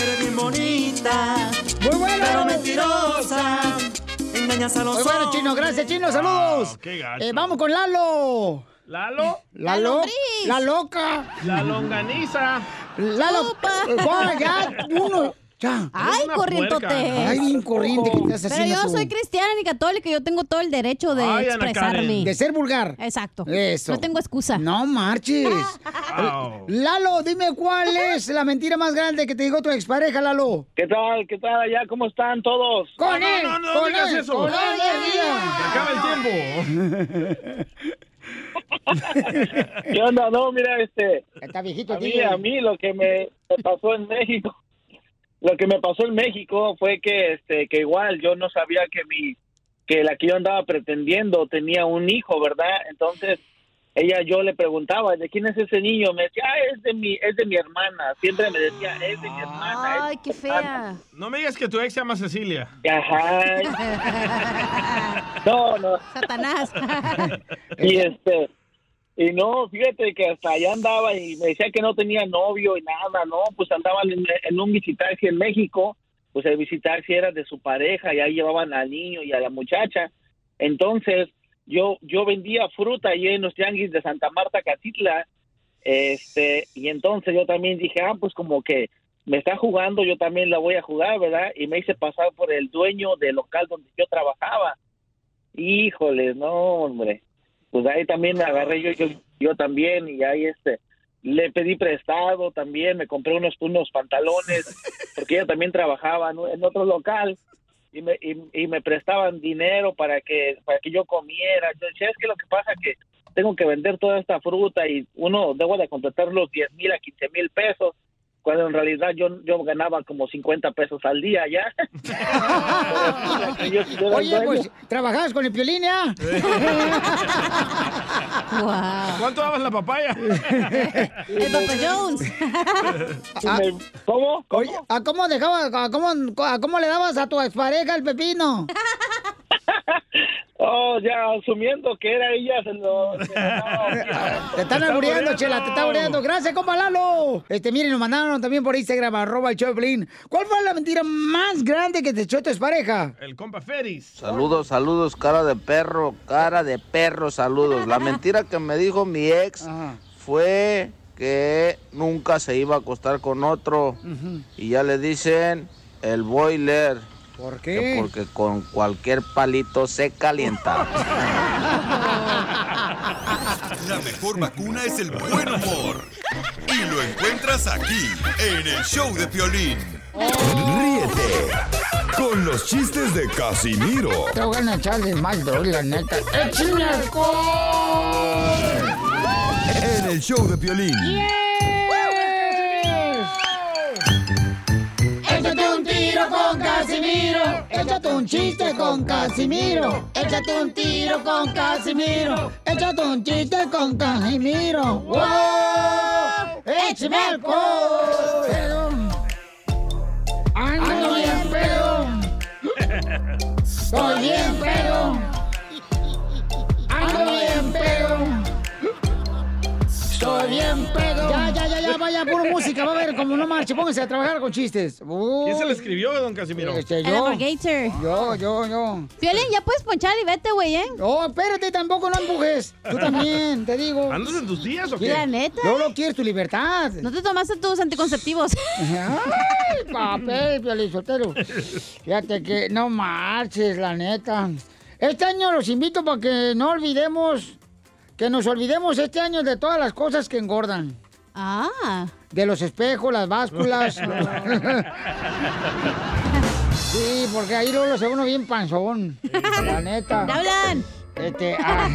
Speaker 9: Eres bien bonita,
Speaker 5: Muy bueno.
Speaker 9: pero mentirosa. Engañas a los
Speaker 5: Muy bueno, chino, gracias,
Speaker 16: Ah,
Speaker 5: chino, saludos.
Speaker 9: qué gacho.
Speaker 5: Eh, vamos con Lalo.
Speaker 6: ¿Lalo?
Speaker 5: La,
Speaker 6: La
Speaker 5: lo-
Speaker 6: lombriz.
Speaker 5: la loca.
Speaker 6: La longaniza.
Speaker 5: La loca. ya, uno. Ya.
Speaker 4: Ay,
Speaker 6: Una
Speaker 4: corrientote.
Speaker 6: puerca.
Speaker 5: Ay, bien corriente que te estás
Speaker 4: Pero
Speaker 5: haciendo
Speaker 4: yo
Speaker 5: tú.
Speaker 4: soy cristiana y católica. Yo tengo todo el derecho de
Speaker 5: Ay, Ana
Speaker 4: expresarme.
Speaker 5: Karen. De ser vulgar.
Speaker 4: Exacto.
Speaker 5: Eso.
Speaker 4: No tengo excusa.
Speaker 5: No marches. Lalo, dime cuál es la mentira más grande que te dijo tu expareja, Lalo.
Speaker 16: ¿Qué tal? ¿Qué tal allá? ¿Cómo están todos?
Speaker 5: Con él,
Speaker 16: no, no,
Speaker 5: con
Speaker 16: digas
Speaker 5: él,
Speaker 16: eso.
Speaker 5: con él,
Speaker 16: Se
Speaker 5: energía.
Speaker 16: acaba
Speaker 6: tiempo.
Speaker 16: ¿Qué onda? No, mira, este...
Speaker 5: Está viejito,
Speaker 16: a mí,
Speaker 5: tío.
Speaker 16: a mí lo que me, me pasó en México, lo que me pasó en México fue que, este, que igual yo no sabía que mi, que la que yo andaba pretendiendo tenía un hijo, ¿verdad? Entonces, ella yo le preguntaba, ¿de quién es ese niño? Me decía, ah, es de mi, es de mi hermana. Siempre me decía, es de mi hermana.
Speaker 4: Ay, qué fea.
Speaker 6: No me digas que tu ex se llama Cecilia.
Speaker 16: Ajá. No, no.
Speaker 4: Satanás.
Speaker 16: Y este, y no, fíjate que hasta allá andaba y me decía que no tenía novio y nada, ¿no? Pues andaban en, en un visitarse en México, pues el visitarse era de su pareja y ahí llevaban al niño y a la muchacha. Entonces, yo, yo vendía fruta allí en los tianguis de Santa Marta, Catitla, este, y entonces yo también dije, ah, pues como que me está jugando, yo también la voy a jugar, ¿verdad? Y me hice pasar por el dueño del local donde yo trabajaba. Híjole, no, hombre. Pues ahí también me agarré yo, yo, yo también y ahí este, le pedí prestado también, me compré unos, unos pantalones, porque ella también trabajaba en, en otro local y me, y, y me prestaban dinero para que, para que yo comiera. Yo decía, es que lo que pasa es que tengo que vender toda esta fruta y uno debo de completar los 10 mil a 15 mil pesos, cuando en realidad yo, yo ganaba como 50 pesos al día ya. Yo- yo era
Speaker 5: Oye,
Speaker 16: el dueño.
Speaker 5: pues, ¿trabajabas con el piolín, ya?
Speaker 6: ¿Cuánto dabas la papaya?
Speaker 5: El Papa Jones.
Speaker 16: ¿Cómo?
Speaker 5: Oye, ¿a cómo dejabas, a cómo, a cómo le dabas a tu expareja el pepino?
Speaker 16: Oh, ya asumiendo que era ella, se lo... se lo daba.
Speaker 5: Te están albureando, chela, te están albureando. Gracias, compa Lalo. Este, miren, nos mandaron también por Instagram, arroba el show de Piolín. ¿Cuál fue la mentira más grande que te echó tu expareja?
Speaker 6: El compa Feris.
Speaker 17: Saludos, saludos, cara de perro, cara de perro, saludos. La mentira que me dijo mi ex fue que nunca se iba a acostar con otro. Y ya le dicen el boiler.
Speaker 5: ¿Por
Speaker 17: qué? Porque con cualquier palito se calienta.
Speaker 1: La mejor vacuna es el buen humor. Y lo encuentras aquí, en el show de Piolín.
Speaker 28: Ríete con los chistes de Casimiro
Speaker 5: Te voy a echar de mal, doy, la neta. ¡Échame
Speaker 28: en el show de Piolín.
Speaker 5: Échate un tiro con Casimiro. Échate un chiste con Casimiro. Échate un tiro con Casimiro. Échate un chiste con Casimiro. ¡Wow! ¡Échame alcohol! Ando bien pedo. Estoy bien pedo. Ando bien pedo. Estoy bien pedo. Ya, ya, ya, ya, vaya, puro música. Va a ver, como no marche, pónganse a trabajar con chistes.
Speaker 6: ¿Quién se
Speaker 5: Uy.
Speaker 6: le escribió, don Casimiro?
Speaker 5: Este, yo. Yo, yo, yo.
Speaker 14: Piolín, ya puedes ponchar y vete, güey, ¿eh?
Speaker 5: No, Oh, espérate, tampoco no empujes. Tú también, te digo.
Speaker 6: ¿Andas en tus días o qué?
Speaker 14: La neta. eh.
Speaker 5: No, no quieres tu libertad.
Speaker 14: No te tomaste tus anticonceptivos.
Speaker 5: Ay, papel, Piolizotero. Fíjate que no marches, la neta. Este año los invito para que no olvidemos, que nos olvidemos este año de todas las cosas que engordan.
Speaker 14: Ah.
Speaker 5: De los espejos, las básculas. sí, porque ahí luego los uno bien panzón. La neta.
Speaker 14: ¿Te hablan?
Speaker 5: Este. ah,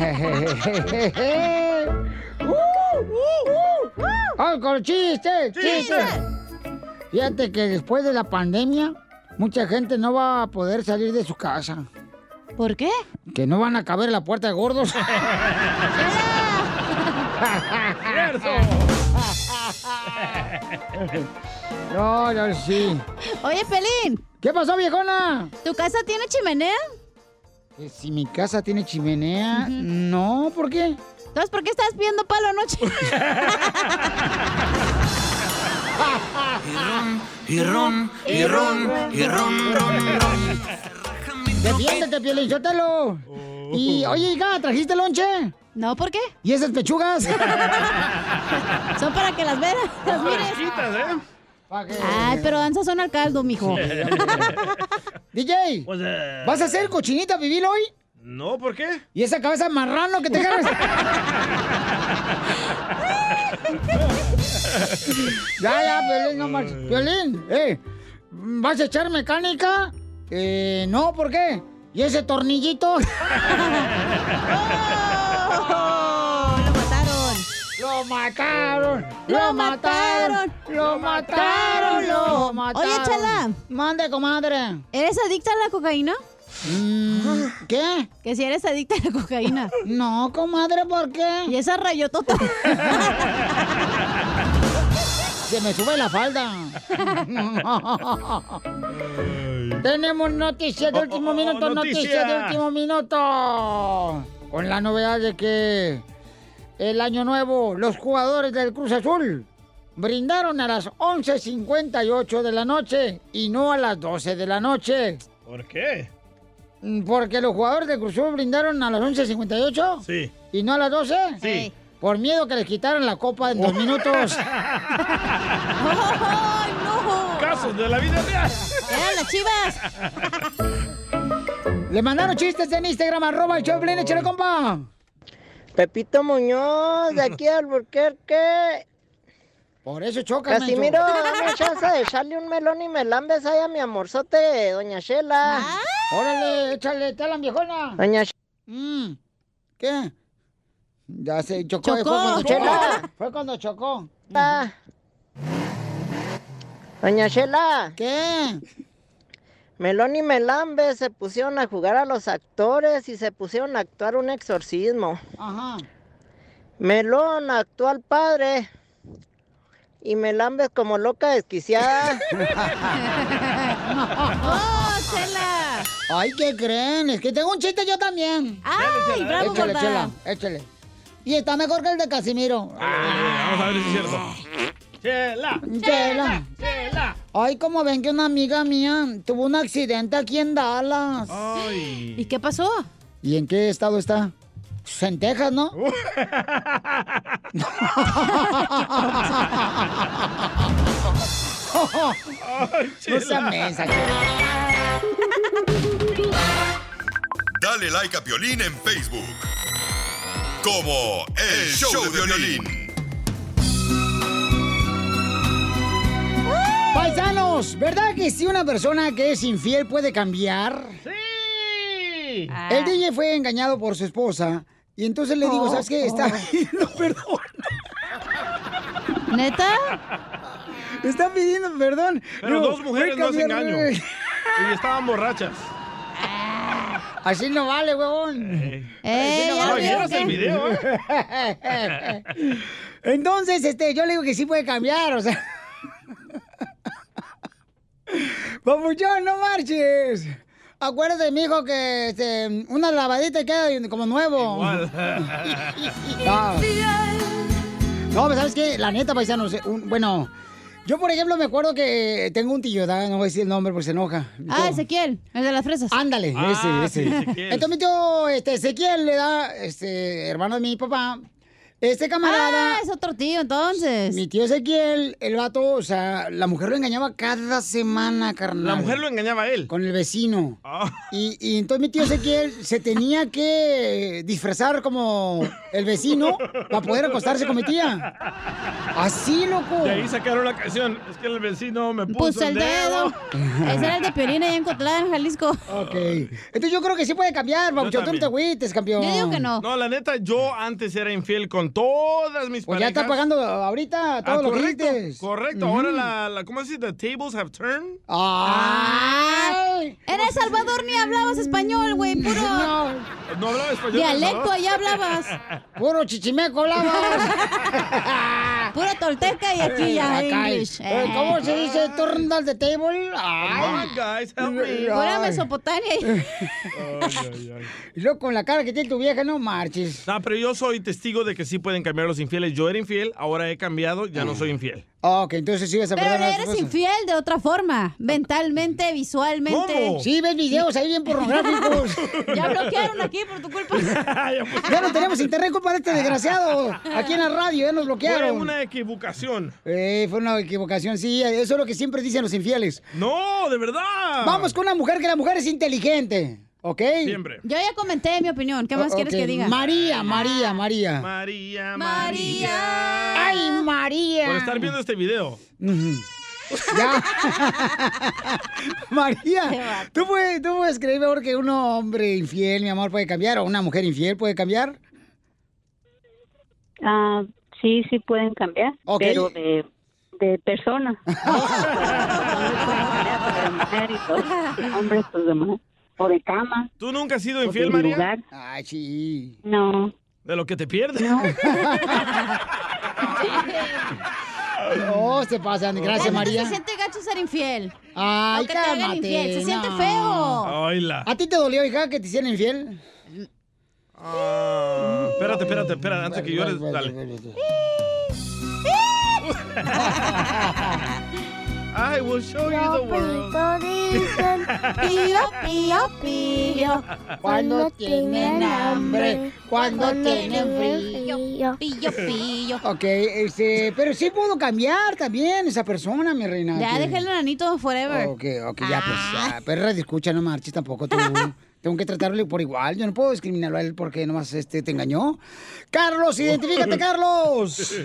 Speaker 5: ¡Uh, uh, uh! ¡Ay, con chiste! ¡Chiste! Fíjate que después de la pandemia, mucha gente no va a poder salir de su casa.
Speaker 14: ¿Por qué?
Speaker 5: Que no van a caber en la puerta de gordos. No, no, sí.
Speaker 14: Oye, Pelín.
Speaker 5: ¿Qué pasó, viejona?
Speaker 14: ¿Tu casa tiene chimenea?
Speaker 5: Que Si mi casa tiene chimenea, no, ¿por qué?
Speaker 14: Entonces, ¿por qué estabas pidiendo palo anoche?
Speaker 28: Y ron, y ron, y ron, ron, ron.
Speaker 5: Defiéndete, Pielichotelo. Y, oye, hija, ¿trajiste lonche?
Speaker 14: No, ¿por qué?
Speaker 5: ¿Y esas pechugas?
Speaker 14: Son para que las veas, las mires.
Speaker 6: ¿eh?
Speaker 14: Ay, pero danzas son al caldo, mijo.
Speaker 5: DJ, ¿vas a hacer cochinita vivir hoy?
Speaker 6: No, ¿por qué?
Speaker 5: ¿Y esa cabeza de marrano que te agarras? ya, ya, Piolín, no marches. Piolín, eh, ¿vas a echar mecánica? Eh, no, ¿por qué? ¿Y ese
Speaker 14: Oh,
Speaker 5: tornillito?
Speaker 14: ¡Lo mataron!
Speaker 5: ¡Lo mataron! ¡Lo
Speaker 14: ¡Lo
Speaker 5: mataron!
Speaker 14: mataron!
Speaker 5: ¡Lo mataron! ¡Lo mataron!
Speaker 14: Oye, Chala.
Speaker 5: Mande, comadre. Mm,
Speaker 14: ¿Eres adicta a la cocaína?
Speaker 5: ¿Qué?
Speaker 14: Que si eres adicta a la cocaína.
Speaker 5: No, comadre, ¿por qué?
Speaker 14: Y esa rayotota.
Speaker 5: Se me sube la falda. Tenemos noticias de último minuto, noticias
Speaker 9: noticia.
Speaker 5: de último minuto. Con la novedad de que el año nuevo, los jugadores del Cruz Azul brindaron a las 11.58 de la noche y no a las 12 de la noche.
Speaker 6: ¿Por qué?
Speaker 5: Mm, Porque los jugadores de Cruz Azul brindaron a las 11.58
Speaker 6: Sí.
Speaker 5: y no a las 12. Sí. Por miedo que les quitaran la copa en
Speaker 6: Oh.
Speaker 5: dos minutos.
Speaker 14: ¡Ay, no!
Speaker 6: Casos de la vida real.
Speaker 14: Eran las chivas.
Speaker 5: Le mandaron chistes en Instagram, arroba el show de Piolín, échale, compa.
Speaker 8: Pepito Muñoz, de aquí al Burquerque.
Speaker 5: Por eso chocan.
Speaker 8: Casimiro, una chance de echarle un melón y melambes ahí a mi amorzote, doña Shela.
Speaker 5: Ah. Órale, échale, talan viejona.
Speaker 8: Doña Sh-
Speaker 5: Mm, ¿Qué? Ya se chocó.
Speaker 8: Chocó.
Speaker 5: Fue cuando chocó.
Speaker 8: Chela. Ah.
Speaker 5: Fue cuando chocó.
Speaker 8: Doña Shela.
Speaker 5: ¿Qué?
Speaker 8: Mm. Melón y melambes se pusieron a jugar a los actores y se pusieron a actuar un exorcismo.
Speaker 5: Ajá.
Speaker 8: Melón actuó al padre y melambes como loca desquiciada.
Speaker 5: ¡Oh, Chela! Ay, ¿qué creen? Es que tengo un chiste yo también.
Speaker 8: Dale,
Speaker 5: ¡Ay,
Speaker 8: Chela, dale. bravo,
Speaker 5: Échale,
Speaker 8: gorda.
Speaker 5: Chela, échale. Y está mejor que el de Casimiro.
Speaker 6: Vamos a ver si es cierto. Chela.
Speaker 5: Chela. Ay, como ven que una amiga mía tuvo un accidente aquí en Dallas.
Speaker 6: Ay.
Speaker 5: ¿Y qué pasó? ¿Y en qué estado está? Pues en Texas, ¿no?
Speaker 9: No sea mensa,
Speaker 1: Dale like a Piolín en Facebook. Como El, Show, de Piolín.
Speaker 5: Paisanos, ¿verdad que si una persona que es infiel puede cambiar?
Speaker 6: Sí.
Speaker 5: El DJ fue engañado por su esposa y entonces le digo,
Speaker 14: Oh,
Speaker 5: ¿sabes qué?
Speaker 14: oh.
Speaker 5: Está pidiendo perdón. ¿Neta? Está pidiendo perdón.
Speaker 6: Pero
Speaker 5: Digo,
Speaker 6: dos mujeres
Speaker 5: "Güey,
Speaker 6: no se
Speaker 5: cambiar-
Speaker 6: engaño. Y estaban borrachas.
Speaker 5: Ah. Así no vale, huevón. Así
Speaker 6: Eh. ya lo vieron, ¿eh? ¿qué?
Speaker 5: Entonces, este, yo le digo que sí puede cambiar, o sea. Papuchón, no marches. Acuérdate, mijo, que este, una lavadita y queda como nuevo. No. Ah. No, pero ¿sabes qué? La neta, paisanos, eh, un- bueno, yo por ejemplo me acuerdo que eh, tengo un tío, ¿verdad? no voy a decir el nombre porque se enoja.
Speaker 14: Ah,
Speaker 5: Ezequiel, el de las fresas. Ándale,
Speaker 14: Ah,
Speaker 5: ese,
Speaker 14: sí,
Speaker 5: ese.
Speaker 14: Ezequiel.
Speaker 5: Entonces mi tío, este, Ezequiel le da, este, hermano de mi papá, este camarada...
Speaker 14: Ah, es otro tío, entonces.
Speaker 5: Mi tío Ezequiel, el vato, o sea, la mujer lo engañaba cada semana, carnal.
Speaker 6: La mujer lo
Speaker 5: engañaba a él. Con el vecino. Y, y entonces mi tío Ezequiel se tenía que disfrazar como el vecino para poder acostarse con mi tía. Así, loco.
Speaker 6: De ahí sacaron la canción. Es que el vecino me puso,
Speaker 14: Puso el dedo. Ese era el de Piolín
Speaker 5: ahí en Cotlán, Jalisco. Ok. Entonces yo creo que sí puede cambiar, Babuchón. Tú no
Speaker 6: también.
Speaker 5: te agüites, campeón.
Speaker 6: No, la neta, yo antes era infiel con todas mis
Speaker 5: Pues ya
Speaker 6: parejas.
Speaker 5: está pagando ahorita todo
Speaker 6: Ah,
Speaker 5: lo que
Speaker 6: correcto,
Speaker 5: dices.
Speaker 6: correcto.
Speaker 5: Ujú.
Speaker 6: Ahora la, la- ¿cómo se dice? The tables have turned.
Speaker 14: ¡Ay! En El Salvador ni hablabas español, güey, puro.
Speaker 6: No hablaba español.
Speaker 14: Dialecto,
Speaker 6: ¿no?
Speaker 14: allá hablabas.
Speaker 5: Puro chichimeco hablabas.
Speaker 14: Puro tolteca y aquí ya
Speaker 5: Acá hay-
Speaker 14: English.
Speaker 5: Eh, ¿Cómo se dice? Turn down the table. Ay.
Speaker 6: Come on, guys, help me.
Speaker 14: Fuera
Speaker 5: Ay.
Speaker 14: Mesopotamia.
Speaker 5: Y luego con la cara que tiene tu vieja, no marches.
Speaker 6: No, pero yo soy testigo de que sí pueden cambiar los infieles. Yo era infiel, ahora he cambiado, ya no soy infiel.
Speaker 5: Ah, Ok, entonces sí vas a
Speaker 14: Pero
Speaker 5: perdonar a tu
Speaker 14: eres
Speaker 5: esposa.
Speaker 14: infiel de otra forma, mentalmente, visualmente.
Speaker 5: ¿Cómo? Sí, ves videos ahí bien pornográficos.
Speaker 14: ya bloquearon aquí por tu culpa.
Speaker 6: pues.
Speaker 5: Ya no tenemos internet culpa de este desgraciado. Aquí en la radio ya nos
Speaker 6: Fue
Speaker 5: bloquearon.
Speaker 6: una equivocación.
Speaker 5: Eh, fue una equivocación, sí, eso es lo que siempre dicen los infieles.
Speaker 6: No, de verdad.
Speaker 5: Vamos con una mujer que la mujer es inteligente, ¿ok?
Speaker 6: Siempre.
Speaker 14: Yo ya comenté mi opinión. ¿Qué más
Speaker 5: O-
Speaker 14: quieres
Speaker 5: ok,
Speaker 14: que diga?
Speaker 5: María, María, María.
Speaker 6: María,
Speaker 14: María.
Speaker 5: Ay, María.
Speaker 6: Por estar viendo este video.
Speaker 5: Ya. María, ¿tú puedes, ¿tú puedes creer mejor que un hombre infiel, mi amor, puede cambiar? ¿O una mujer infiel puede cambiar?
Speaker 19: Ah, sí, sí pueden cambiar,
Speaker 5: Ok.
Speaker 19: pero de, de persona. Hombres, pues, de mujer. o de cama.
Speaker 6: ¿Tú nunca has sido
Speaker 19: o
Speaker 6: infiel,
Speaker 19: de
Speaker 6: María?
Speaker 19: lugar.
Speaker 5: Ay, sí.
Speaker 19: No.
Speaker 6: De lo que te pierdes.
Speaker 5: No, Oh, se pasan.
Speaker 14: La
Speaker 5: Gracias,
Speaker 14: neta
Speaker 5: María.
Speaker 14: Se siente gacho ser infiel.
Speaker 5: Ay,
Speaker 14: O que te hagan
Speaker 5: cálmate,
Speaker 14: infiel. Se siente
Speaker 5: no.
Speaker 14: feo.
Speaker 5: ¿A ti te dolió, hija, que te hicieran infiel?
Speaker 6: Ah, espérate, espérate, espérate, antes que llores, dale. I will show you the world.
Speaker 9: Pío, pío, pío.
Speaker 5: Cuando
Speaker 9: tienen hambre,
Speaker 5: cuando
Speaker 9: tienen
Speaker 5: frío. Pillo, pillo. Ok, este, pero sí pudo cambiar también esa persona, mi reina.
Speaker 14: Ya,
Speaker 5: que-
Speaker 14: déjale el anito forever.
Speaker 5: Ok, ok, ya, pues, ah, pero escucha, no marches tampoco tú. Tengo que tratarle por igual, yo no puedo discriminarlo a él porque nomás este, te engañó. Carlos, identifícate, Carlos.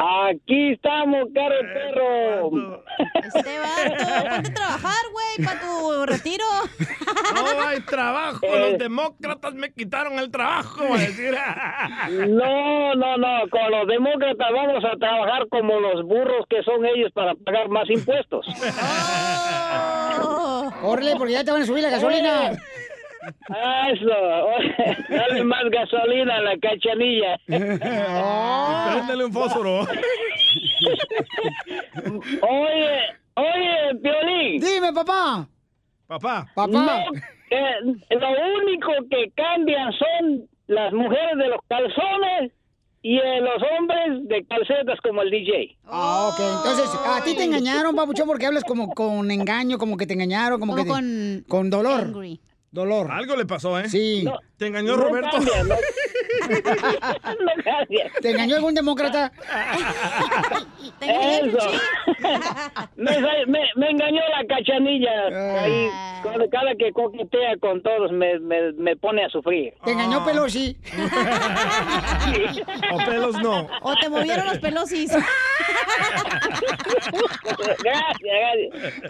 Speaker 16: Aquí estamos, caro
Speaker 23: Eh,
Speaker 16: perro.
Speaker 14: Este vato, ponte a trabajar, güey, para tu retiro.
Speaker 6: No hay trabajo,
Speaker 5: Eh.
Speaker 6: los demócratas me quitaron el trabajo, va a decir.
Speaker 16: No, no, no. Con los demócratas vamos a trabajar como los burros que son ellos para pagar más impuestos.
Speaker 5: Órale, porque ya te van a subir la gasolina.
Speaker 16: Eh, Ah, Eso. Dale más gasolina a la cachanilla.
Speaker 6: Préndele un fósforo.
Speaker 16: Oye, oye, Piolín.
Speaker 5: Dime, papá.
Speaker 6: Papá.
Speaker 5: Papá.
Speaker 16: lo único que cambian son las mujeres de los calzones y eh, los hombres de calcetas como el DJ.
Speaker 5: Ah, ok. Entonces, a ti te engañaron, papuchón, porque hablas como con engaño, como que te engañaron, como, que te-
Speaker 14: con...
Speaker 5: dolor. Dolor.
Speaker 6: Algo le pasó, ¿eh?
Speaker 5: Sí.
Speaker 6: Te engañó
Speaker 5: No
Speaker 6: Roberto.
Speaker 5: cambia, no- ¿Te engañó algún demócrata?
Speaker 16: Eso. me, sa- me- me engañó la
Speaker 5: Ah.
Speaker 16: cachanilla. Ahí, cada- cada que coquetea con todos me, me, me pone a sufrir.
Speaker 5: ¿Te engañó Pelosi?
Speaker 6: o pelos no.
Speaker 14: O te movieron los pelosis.
Speaker 16: gracias,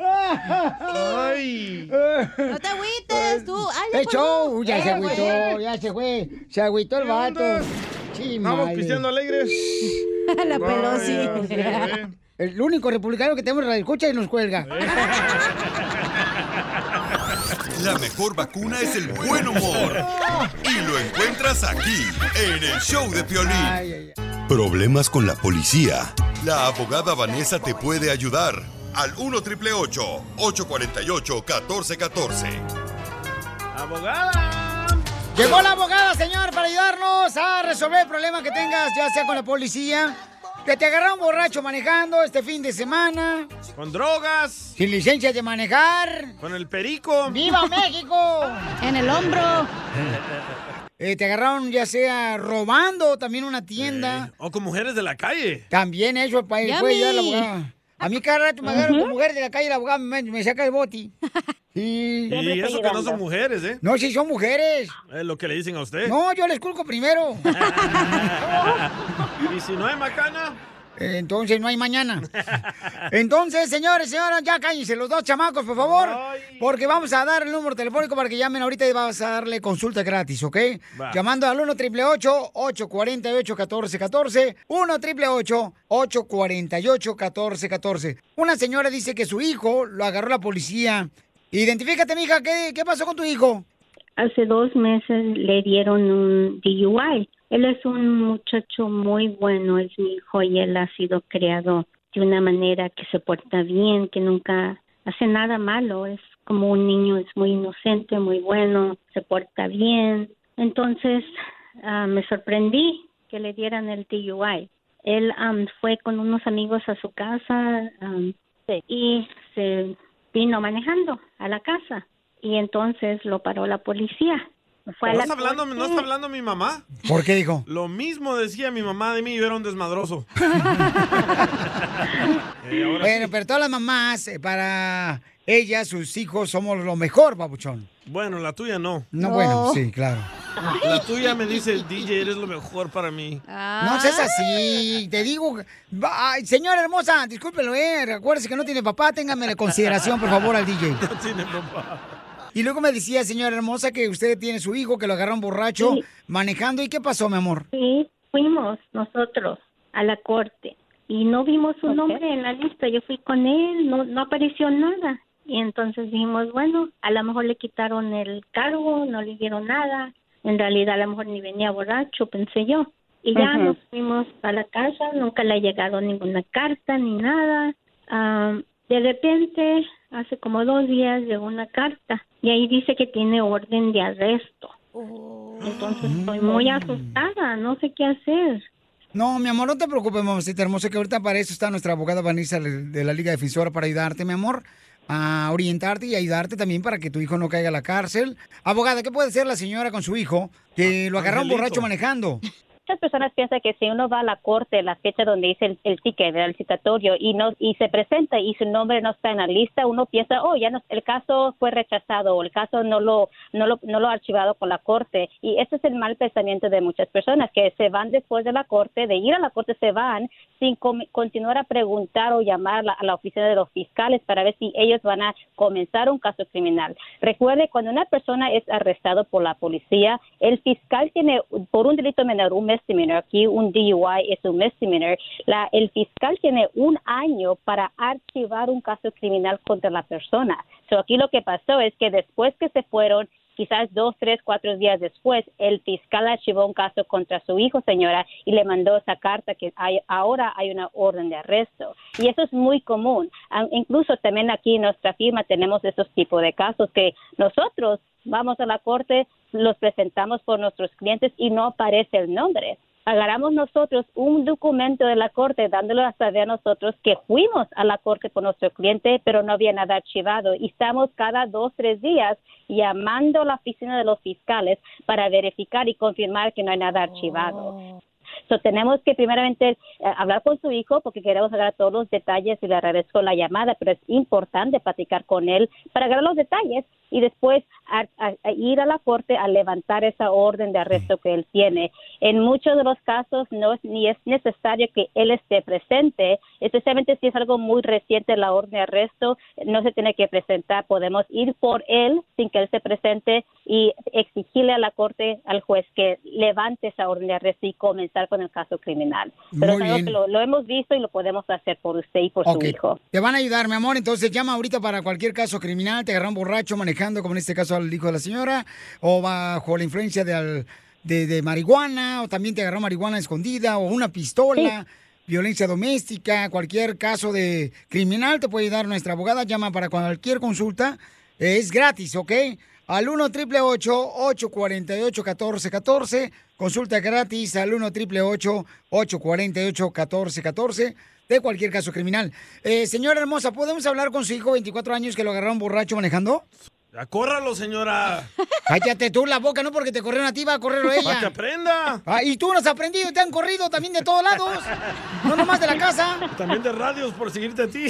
Speaker 6: Ay.
Speaker 14: No te agüites, tú. Ay, ya
Speaker 5: ¡Eh,
Speaker 14: colgó.
Speaker 5: show! Ya se
Speaker 14: Eh, güey.
Speaker 5: agüitó, ya se fue. Se agüitó el vato. Sí,
Speaker 6: Vamos
Speaker 5: madre.
Speaker 6: pisteando alegres.
Speaker 5: La
Speaker 6: Pelosi.
Speaker 5: El único republicano que tenemos la escucha y nos cuelga.
Speaker 6: Eh.
Speaker 1: La mejor vacuna es el buen humor. Y lo encuentras aquí, en el show de Piolín. Problemas con la policía. La abogada Vanessa te puede ayudar. Al 1 triple 848 1414.
Speaker 6: Abogada.
Speaker 5: Llegó la abogada, señor, para ayudarnos a resolver el problema que tengas, ya sea con la policía, que te agarraron borracho manejando este fin de semana,
Speaker 6: Con drogas,
Speaker 5: sin licencia de manejar.
Speaker 6: con el perico.
Speaker 5: ¡Viva México! En el hombro. Eh, te agarraron ya sea robando también una tienda.
Speaker 6: O con mujeres de la calle.
Speaker 5: También eso pa-
Speaker 6: Yummy.
Speaker 5: puede ayudar a la abogada. A mí cada rato me agarran
Speaker 6: Ujú.
Speaker 5: con mujeres de la calle, la abogada me, me saca el boti. Y,
Speaker 6: Y eso que no son mujeres, ¿eh?
Speaker 5: No, sí son mujeres.
Speaker 6: Es lo que le dicen a usted.
Speaker 5: No, yo les culco primero.
Speaker 6: Y si no hay macana,
Speaker 5: Eh, Entonces no hay mañana. Entonces, señores, señoras, ya cállense los dos chamacos, por favor. Porque vamos a dar el número telefónico para que llamen ahorita y vamos a darle consulta gratis, ¿ok?
Speaker 6: Va.
Speaker 5: Llamando al 1 888 848 1414 1 888 848 1414 Una señora dice que su hijo lo agarró la policía. Identifícate, mija, ¿qué, qué pasó con tu hijo?
Speaker 19: Hace dos meses le dieron un DUI. Él es un muchacho muy bueno, es mi hijo y él ha sido creado de una manera que se porta bien, que nunca hace nada malo, es como un niño, es muy inocente, muy bueno, se porta bien. Entonces ah, me sorprendí que le dieran el DUI. Él am, fue con unos amigos a su casa am, y se vino manejando a la casa y entonces lo paró la policía. Fue a
Speaker 6: ¿no
Speaker 19: la
Speaker 6: está, hablando,
Speaker 19: corte.
Speaker 6: ¿no está hablando mi mamá?
Speaker 5: ¿Por qué dijo?
Speaker 6: Lo mismo decía mi mamá de mí, yo era un desmadroso. Eh, ahora sí.
Speaker 5: Bueno, pero todas las mamás, eh, para ellas, sus hijos, somos lo mejor, babuchón.
Speaker 6: Bueno, la tuya no.
Speaker 5: No, bueno, sí, claro.
Speaker 6: La tuya me dice, DJ, eres lo mejor para mí.
Speaker 19: Ah.
Speaker 5: No seas así, te digo. va- ay, señora hermosa, discúlpelo, eh. Acuérdese que no tiene papá, téngame la consideración, por favor, al DJ.
Speaker 6: No tiene papá.
Speaker 5: Y luego me decía, señora hermosa, que usted tiene su hijo, que lo agarraron borracho,
Speaker 19: Sí.
Speaker 5: manejando. ¿Y qué pasó, mi amor?
Speaker 19: Sí, fuimos nosotros a la corte y no vimos su nombre en la lista. Yo fui con él, no, no apareció nada. Y entonces dijimos, bueno, a lo mejor le quitaron el cargo, no le dieron nada. En realidad, a lo mejor ni venía borracho, pensé yo. Y ya
Speaker 13: Ujú.
Speaker 19: nos fuimos a la casa, nunca le ha llegado ninguna carta ni nada. Am, de repente, hace como dos días llegó una carta y ahí dice que tiene orden de arresto. Entonces estoy muy asustada, no sé qué hacer.
Speaker 5: No, mi amor, no te preocupes, mamacita hermosa, que ahorita para eso está nuestra abogada Vanessa de la Liga Defensora para ayudarte, mi amor, a orientarte y ayudarte también para que tu hijo no caiga a la cárcel. Abogada, ¿qué puede hacer la señora con su hijo que lo agarraron
Speaker 27: Angelito.
Speaker 5: borracho manejando?
Speaker 27: Muchas personas piensan que si uno va a la corte, la fecha donde dice el, el ticket, ¿verdad? el citatorio, y no y se presenta y su nombre no está en la lista, uno piensa, oh, ya no, el caso fue rechazado o el caso no lo, no lo, no lo ha archivado con la corte. Y ese es el mal pensamiento de muchas personas, que se van después de la corte, de ir a la corte se van sin com- continuar a preguntar o llamar la- a la oficina de los fiscales para ver si ellos van a comenzar un caso criminal. Recuerde, cuando una persona es arrestado por la policía, el fiscal tiene por un delito menor, un misdemeanor, aquí un DUI es un misdemeanor, la- el fiscal tiene un año para archivar un caso criminal contra la persona. So, aquí lo que pasó es que después que se fueron, quizás dos, tres, cuatro días después, el fiscal archivó un caso contra su hijo, señora, y le mandó esa carta que hay- ahora hay una orden de arresto. Y eso es muy común. Ah, Incluso también aquí en nuestra firma tenemos esos tipos de casos que nosotros vamos a la corte, los presentamos por nuestros clientes y no aparece el nombre agarramos nosotros un documento de la corte dándolo a saber a nosotros que fuimos a la corte con nuestro cliente, pero no había nada archivado y estamos cada dos, tres días llamando a la oficina de los fiscales para verificar y confirmar que no hay nada archivado. So, tenemos que primeramente eh, hablar con su hijo porque queremos agarrar todos los detalles y le agradezco la llamada, pero es importante platicar con él para agarrar los detalles y después a- a- a ir a la corte a levantar esa orden de arresto que él tiene. En muchos de los casos no es ni es necesario que él esté presente, especialmente si es algo muy reciente la orden de arresto, no se tiene que presentar, podemos ir por él sin que él se presente y exigirle a la corte, al juez, que levante esa orden de arresto y comenzar con el caso criminal. Pero
Speaker 5: Muy
Speaker 27: es algo
Speaker 5: bien.
Speaker 27: que lo, lo hemos visto y lo podemos hacer por usted y por
Speaker 5: Ok.
Speaker 27: su hijo.
Speaker 5: Te van a ayudar, mi amor. Entonces llama ahorita para cualquier caso criminal. Te agarran borracho manejando, como en este caso al hijo de la señora, o bajo la influencia de, al- de, de marihuana, o también te agarró marihuana escondida, o una pistola, violencia doméstica, cualquier caso de criminal te puede ayudar nuestra abogada. Llama para cualquier consulta. Es gratis, ¿ok? Al 1 888 848 1414 Consulta gratis al 1 888 848 1414 de cualquier caso criminal. Eh, señora hermosa, ¿podemos hablar con su hijo, 24 años, que lo agarraron borracho manejando?
Speaker 6: Ya córralo, señora.
Speaker 5: Cállate tú la boca, no porque te corrieron a ti, va a correr ella.
Speaker 6: Para que aprenda.
Speaker 5: Ah, y tú no has aprendido, te han corrido también de todos lados. No nomás de la casa.
Speaker 6: También de radios por seguirte a ti.